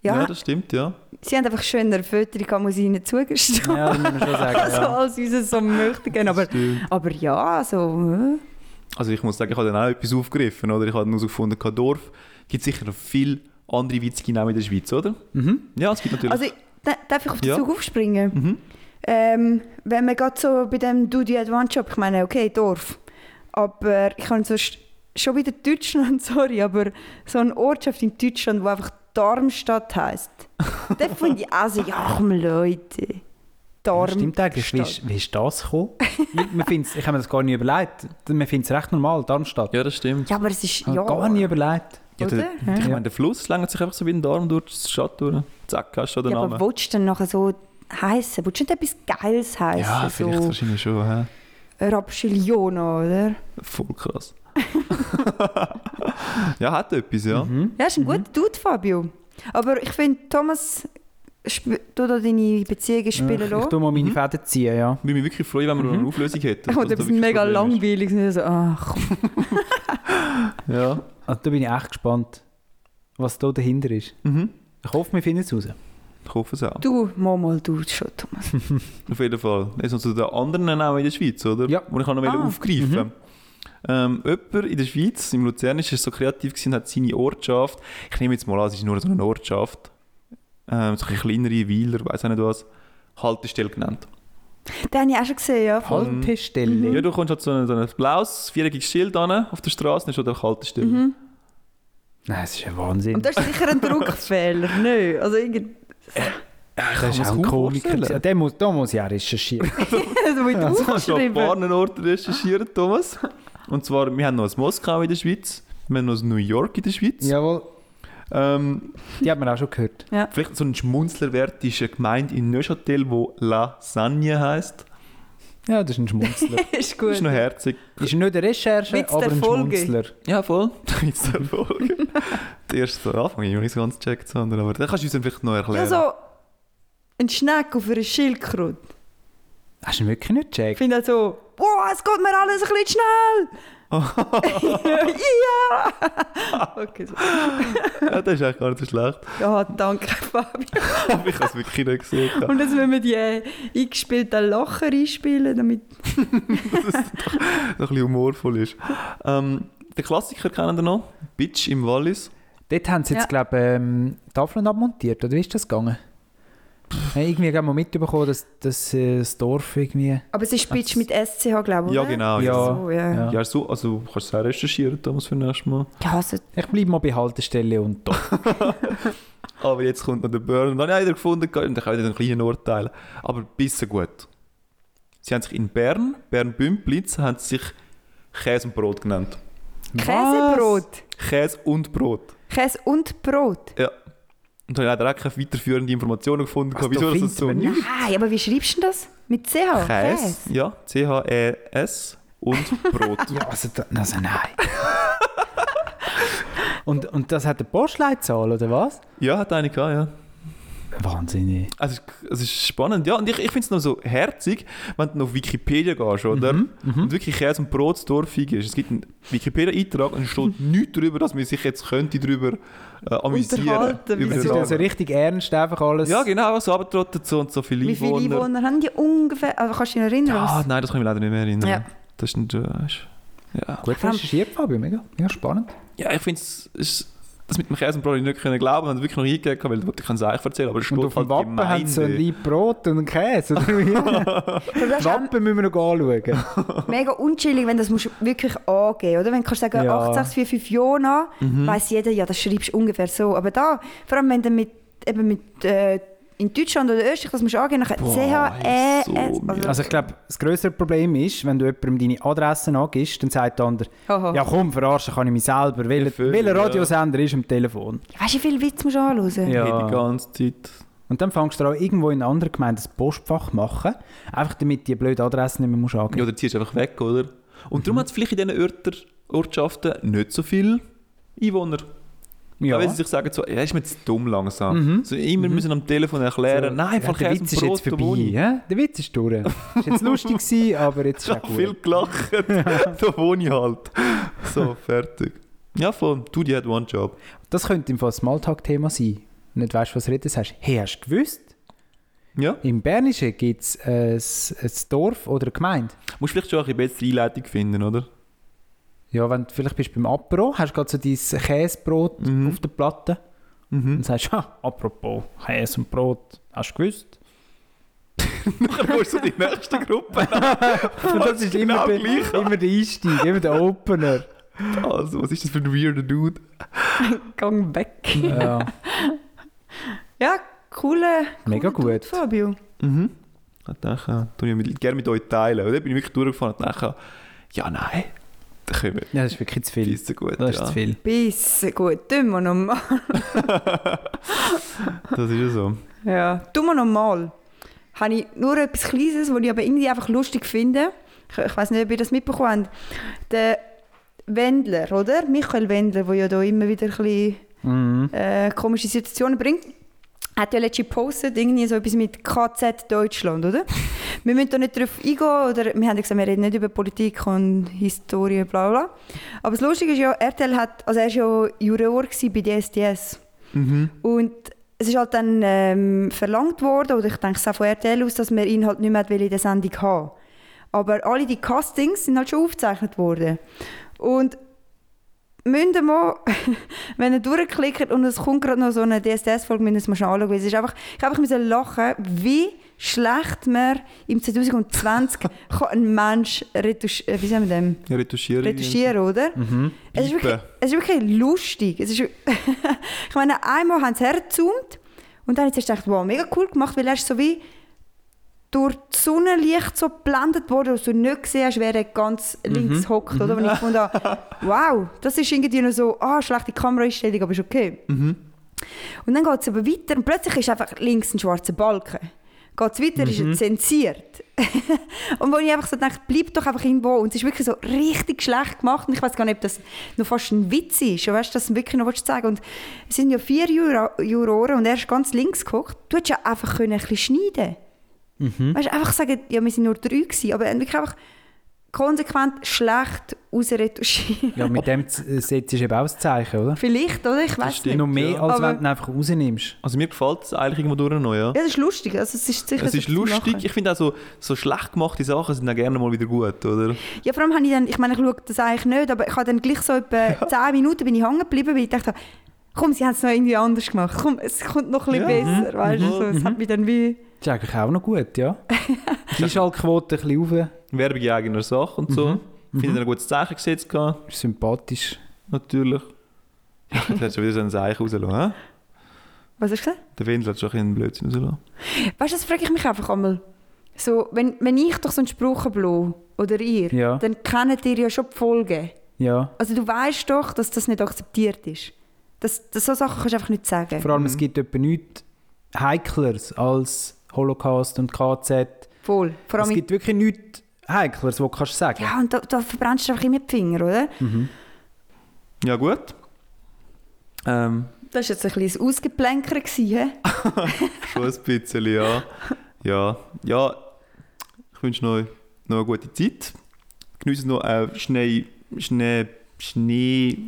Ja.
Ja,
das stimmt, ja.
sie haben einfach schöner Fötterung, muss ich ihnen zugestehen.
Ja, das muss man schon sagen.
Also
Ja.
als unser so möchten. Aber,
Stimmt.
aber ja, äh. so.
Also ich muss sagen, ich habe dann auch etwas aufgegriffen, oder? Ich habe nur so gefunden, kein Dorf gibt sicher noch viele andere witzige Namen in der Schweiz, oder?
Mhm.
Ja, es gibt natürlich...
Also da- darf ich auf den
Ja.
Zug aufspringen?
mhm.
Ähm, wenn man gerade so bei dem Do the Advance Job, ich meine, okay, Dorf. Aber ich habe sonst schon wieder Deutschland, sorry, aber so eine Ortschaft in Deutschland, die einfach Darmstadt heisst. da finde ich auch so, ja komm Leute,
Das
Darmstadt.
Stimmt eigentlich. Wie ist, wie ist das gekommen? ich man find's- ich habe mir das gar nicht überlegt. Man findet es recht normal, Darmstadt.
Ja, das stimmt.
Ja, aber es ist,
Ich habe
ja.
Gar nicht überlegt.
Ja, der,
Oder?
ich meine, der Fluss längert sich einfach so wie ein Darm durch die Stadt durch. Zack, hast du den
Ja, aber
Namen.
willst du denn nachher so heißen? Willst du nicht etwas Geiles heißen?
ja, vielleicht
so
wahrscheinlich schon, hä?
Rapschiliona, oder?
Voll krass. ja, hat etwas, ja.
Ja, ist ein guter Dude, Fabio. Aber ich finde, Thomas, sp- tu da deine Beziehungen spielen
ich
lassen. Oh,
tue mal meine
Mhm.
Fäden ziehen, ja.
Würde mich wirklich freuen, wenn wir
Mhm.
noch eine Auflösung hätten.
Und
dass da
etwas
wirklich
mega
ein Problem ist.
langweiliges. Und so, ach,
Ja.
Also, da bin ich echt gespannt, was da dahinter ist.
Mhm.
Ich hoffe, wir finden es raus.
Ich hoffe es auch.
du, mal, mal, du schon, Thomas.
Auf jeden Fall. Jetzt noch zu den anderen Namen in der Schweiz, oder?
Ja.
Und ich kann noch
Ah.
aufgreifen. Ähm, jemand in der Schweiz, im Luzern, ist so kreativ gewesen und hat seine Ortschaft, ich nehme jetzt mal an, es ist nur so eine Ortschaft, ähm, so ein kleinere Weiler, weiß auch nicht was, Haltestelle genannt.
Den habe ich auch schon gesehen, ja. voll.
Haltestelle.
Ja, du kommst halt so ein, so ein blaues, viereckiges Schild an auf der Straße, dann ist halt auch Haltestelle.
Nein, das ist ein Wahnsinn.
Und das ist sicher ein Druckfehler, ne? Also, irgend-
Das ist auch ein Komiker. Den muss, da muss ich auch recherchieren.
also mit ja,
Ich habe schon ein paar
aufgeschrieben.
an Orten recherchiert, Thomas. Und zwar, wir haben noch ein Moskau in der Schweiz, wir haben noch ein New York in der Schweiz.
Jawohl,
Ähm,
die hat man auch schon gehört.
Vielleicht so ein Schmunzlerwert ist eine Gemeinde in Neuchâtel, wo Lasagne heisst.
Ja, das ist ein Schmunzler.
ist
Das ist
gut.
noch herzig.
ist nicht eine Recherche,
Witz der
aber ein
Folge.
Schmunzler.
Ja, voll. Jetzt der Folge. Der erste Anfang, ich habe noch nicht so ganz gecheckt, sondern aber den kannst du uns dann vielleicht noch
Ja,
erklären.
so ein Schneck auf einer Schildkröte.
Hast du ihn wirklich nicht
Ich
gecheckt?
finde halt so, wow, es geht mir alles ein bisschen schnell. ja! okay, so.
ja, das ist eigentlich gar nicht so schlecht.
Ja, danke, Fabio.
Aber ich habe es wirklich nicht gesehen.
Und jetzt müssen wir die äh, eingespielten Lacher einspielen, damit...
Noch ein bisschen humorvoll ist. Ähm, den Klassiker kennen wir noch. Bitch im Wallis.
Dort haben sie jetzt,
Ja.
glaube ich, ähm, Tafeln abmontiert, oder wie ist das gegangen? Ja, irgendwie haben wir mitbekommen, dass, dass äh, das Dorf irgendwie...
Aber es ist Bitch mit SCH, glaube ich,
Ja,
oder?
genau.
Ja.
So, ja.
Ja.
Ja, so, also du kannst es auch recherchieren, Thomas, für das nächste Mal.
Ja, also,
Ich bleibe mal bei Haltestelle und Dorf.
Aber jetzt kommt noch der Burn. Und dann habe ich ihn gefunden gehabt, und dann kann ich einen kleinen Urteil. Aber bisschen gut. Sie haben sich in Bern, Bern-Bümplitz, haben sie sich Käse und Brot genannt.
Käsebrot.
Käse und Brot.
Käse und Brot.
Ja. Und habe leider auch keine weiterführende Informationen gefunden.
Was, da
wieso das
findet
so
man nichts?
Nein, aber wie schreibst du das? Mit CH?
Hm. Käse, ja, C-H-E-S und Brot.
Ja, also, da, also nein. und, und das hat eine Postleitzahl, oder was?
ja, hat eine gehabt, ja.
Wahnsinnig.
Also, es ist spannend, ja. Und ich, ich finde es noch so herzig, wenn du auf Wikipedia gehst, oder?
Mhm,
Und wirklich Käse und Brot dorfig ist. Es gibt einen Wikipedia-Eintrag und es steht nichts darüber, dass man sich jetzt könnte darüber äh, amüsieren
Unterhalten, wieso?
über
Es
den
ist also
Namen.
richtig ernst, einfach alles.
Ja, genau, so abgetrotten, so und so viele
Wie viele
Einwohner.
Einwohner haben die ungefähr? Also kannst du dich noch erinnern?
Ah,
was-
nein, das kann ich mich leider nicht mehr erinnern.
Ja.
Das ist nicht, äh, ist- ja.
Gut recherchiert, Fabio, mega. Ja, spannend.
ja, ich finde es. Das mit dem Käse und Brot habe ich nicht können glauben, wenn es wirklich noch eingegeben habe, weil ich kann es eigentlich erzählen, aber es steht
Und auf
halt
dem Wappen haben sie so ein
Gemeinde.
Leib Brot und einen Käse. Oder wie?
Aber das ist auch
Wappen müssen wir noch anschauen.
mega unchillig, wenn das musst du wirklich angeben oder? Wenn du kannst sagen,
Ja. Mhm.
8645 Jona, weiss jeder, ja, das schreibst du ungefähr so. Aber da, vor allem wenn du mit, eben mit äh, in Deutschland oder Österreich das musst du angeben, nachher C-H-E-S.
so
also,
Also ich glaube, das größere Problem ist, wenn du jemandem deine Adresse angibst, dann sagt der andere,
Haha.
ja komm, verarschen kann ich mich selber. Wel
Ja, voll,
welcher
ja.
Radiosender ist am Telefon?
Weißt du, wie viel Witz musst du anhören?
Ja.
Hey, die ganze Zeit.
Und dann fängst du auch irgendwo in einer anderen Gemeinde ein Postfach machen, einfach damit die blöde Adresse nicht mehr musst angeben
Ja, oder ziehst einfach weg, oder? Und
Mhm.
darum hat es vielleicht in diesen Örter, Ortschaften nicht so viele Einwohner. Ja. Weil sie sich sagen, so, ja, ist mir jetzt dumm
Mhm.
langsam. So, immer müssen am Telefon erklären, nein, von
der
Käse und
Witz ist
Brot,
jetzt
da
vorbei.
wohne ich.
hä? Der Witz ist durch. Ist jetzt lustig gewesen, aber jetzt
Ich
ist auch
habe
gut.
viel gelacht, da wohne ich halt. So, fertig. Ja, voll, du, die hat one job.
Das könnte im Fall Smalltalk-Thema sein. Nicht weißt, was redest, sagst hey, hast du gewusst?
Ja,
Im Bernischen gibt es ein, ein Dorf oder eine Gemeinde.
musst vielleicht schon ein bisschen bessere Einleitung finden, oder?
Ja, wenn du vielleicht bist du beim Apro, hast du gerade so dein Käsebrot
Mhm.
auf der Platte
Mhm.
und sagst, ah, apropos Käse und Brot, hast du gewusst?
Dann musst du die nächste Gruppe
Und das ist immer, der,
genau gleich.
immer der Einstieg, immer der Opener.
Also, was ist das für ein weirder Dude?
Gang weg.
Genau.
ja.
Ja, coole.
Mega
coole
gut.
Dude, Fabio.
Mhm. Ich dachte, tue ich mit, gerne mit euch teilen. Und dann bin ich wirklich durchgefahren und dachte, ja, nein, da können wir.
ja, das ist wirklich zu
Die
viel.
Ist so gut.
Das ist
ja.
zu viel.
Bisschen gut. Tun wir nochmal.
Das ist ja so.
Ja. Tun wir nochmal. Habe ich nur etwas Kleines, das ich aber irgendwie einfach lustig finde. Ich, ich weiß nicht, ob ihr das mitbekommen habt. Der Wendler, oder? Michael Wendler, der ja da immer wieder ein bisschen
Mhm.
äh, komische Situationen bringt. Hat ja letztens gepostet, irgendwie so etwas mit KZ Deutschland, oder? wir müssen da nicht drauf eingehen, oder wir haben ja gesagt, wir reden nicht über Politik und Historie, bla bla. Aber das Lustige ist ja, RTL hat, also er war ja Juror gewesen bei DSDS. Und es ist halt dann ähm, verlangt worden, oder ich denke es auch von RTL aus, dass man ihn halt nicht mehr in der Sendung haben wollte. Aber alle die Castings sind halt schon aufgezeichnet worden. Und müsst ihr mal, wenn ihr durchklickt und es kommt gerade noch so eine DSDS-Folge, müsst ihr es mal schnell anschauen. weil Es ist einfach, ich habe einfach lachen wie schlecht man im 2020 kann einen Mensch retusch, äh, wie sagen wir dem?
Ja, retuschieren.
retuschieren oder? Es, ist
Piepen.
wirklich, es ist wirklich lustig. Es ist, ich meine, einmal haben sie hergezoomt und dann haben sie erst gedacht, wow, mega cool gemacht, weil er ist so wie durch das Sonnenlicht so geblendet wurde, dass du nicht gesehen hast, wer ganz links hockt. Oder? Und ich fand, wow, das ist irgendwie noch so, ah, schlechte Kameraeinstellung, aber ist okay. Und dann geht es aber weiter und plötzlich ist einfach links ein schwarzer Balken. Geht es weiter, ist
Mhm.
er zensiert. und wo ich einfach so denke, bleib doch einfach irgendwo. Und es ist wirklich so richtig schlecht gemacht. Und ich weiß gar nicht, ob das noch fast ein Witz ist. Und weißt du, dass du wirklich noch willst sagen Und es sind ja vier Jura Juroren und er ist ganz links geguckt. Du hättest ja einfach können ein bisschen schneiden
Mhm.
können. Weißt du, einfach sagen, ja, wir sind nur drei gewesen. Aber er hat wirklich einfach konsequent schlecht rausretuschiert.
Ja, mit dem z- setzt du eben auch ein Zeichen, oder?
Vielleicht, oder? Ich weiß nicht.
Noch mehr,
ja.
als
Aber-
wenn du ihn einfach rausnimmst.
Also mir gefällt es eigentlich irgendwo durch noch, ja.
Ja, das ist lustig. Also, es ist sicher
es ist
etwas zum Lachen.
lustig. Ich finde auch so, so schlecht gemachte Sachen sind dann gerne mal wieder gut, oder?
Ja, vor allem habe ich dann, ich meine, ich schaue das eigentlich nicht, aber ich habe dann gleich so etwa 10 Minuten bin ich hängen geblieben, weil ich dachte, komm, sie haben es noch irgendwie anders gemacht. Komm, es kommt noch ein bisschen
Ja.
Mhm.
besser, weißt du. So, es hat mich dann wie...
Das ist eigentlich auch noch gut, ja. Die Schallquote ein bisschen rauf,
Werbung in eigener Sache und
Mhm.
so. Ich finde, er hat ein gutes Zeichen gesetzt, gehabt,
ist sympathisch.
natürlich. Ja, jetzt hat schon wieder so ein Zeichen rausgelassen, hä?
Was hast du gesagt?
Der Wendel hat schon ein bisschen einen Blödsinn rausgelassen.
Weißt du, das frage ich mich einfach einmal. So, wenn, wenn ich doch so einen Spruch ablasse, oder ihr,
Ja.
dann kennt ihr ja schon die Folgen.
Ja.
Also du weißt doch, dass das nicht akzeptiert ist. Das, das, so Sachen kannst du einfach nicht sagen.
Vor allem,
Mhm.
es gibt etwa nichts Heikleres als Holocaust und KZ.
Voll. Vor allem
es
in-
gibt wirklich nichts Heikleres, was du kannst sagen
ja, und da, da verbrennst du einfach immer die Finger, oder?
Hm.
Ja, gut. Ähm,
Das war jetzt ein kleines Ausgeplänker. Gewesen, hä?
schon ein bisschen, ja. Ja, ja. Ich wünsche euch noch eine gute Zeit. Geniessen noch eine Schnee... Schnee... Schnee...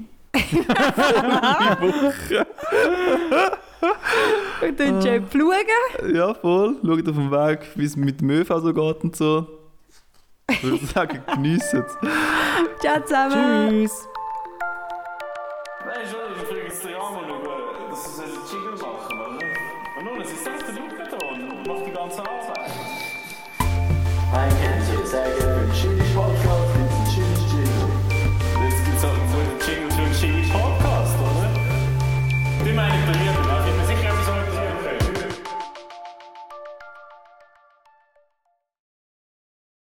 Und dann schön pflugen.
Ja, voll. Schaut auf dem Weg, wie es mit dem ÖV so geht und so. Ich würde sagen, geniessen es.
Ciao zusammen.
Tschüss!
Nein, schon, ich kriege es dir an, mal schauen. Das ist ein Jingle machen, oder? ne? Und nun, es ist selbst der Lukaton und macht die ganze Arbeit.
I can't say it's again.
halt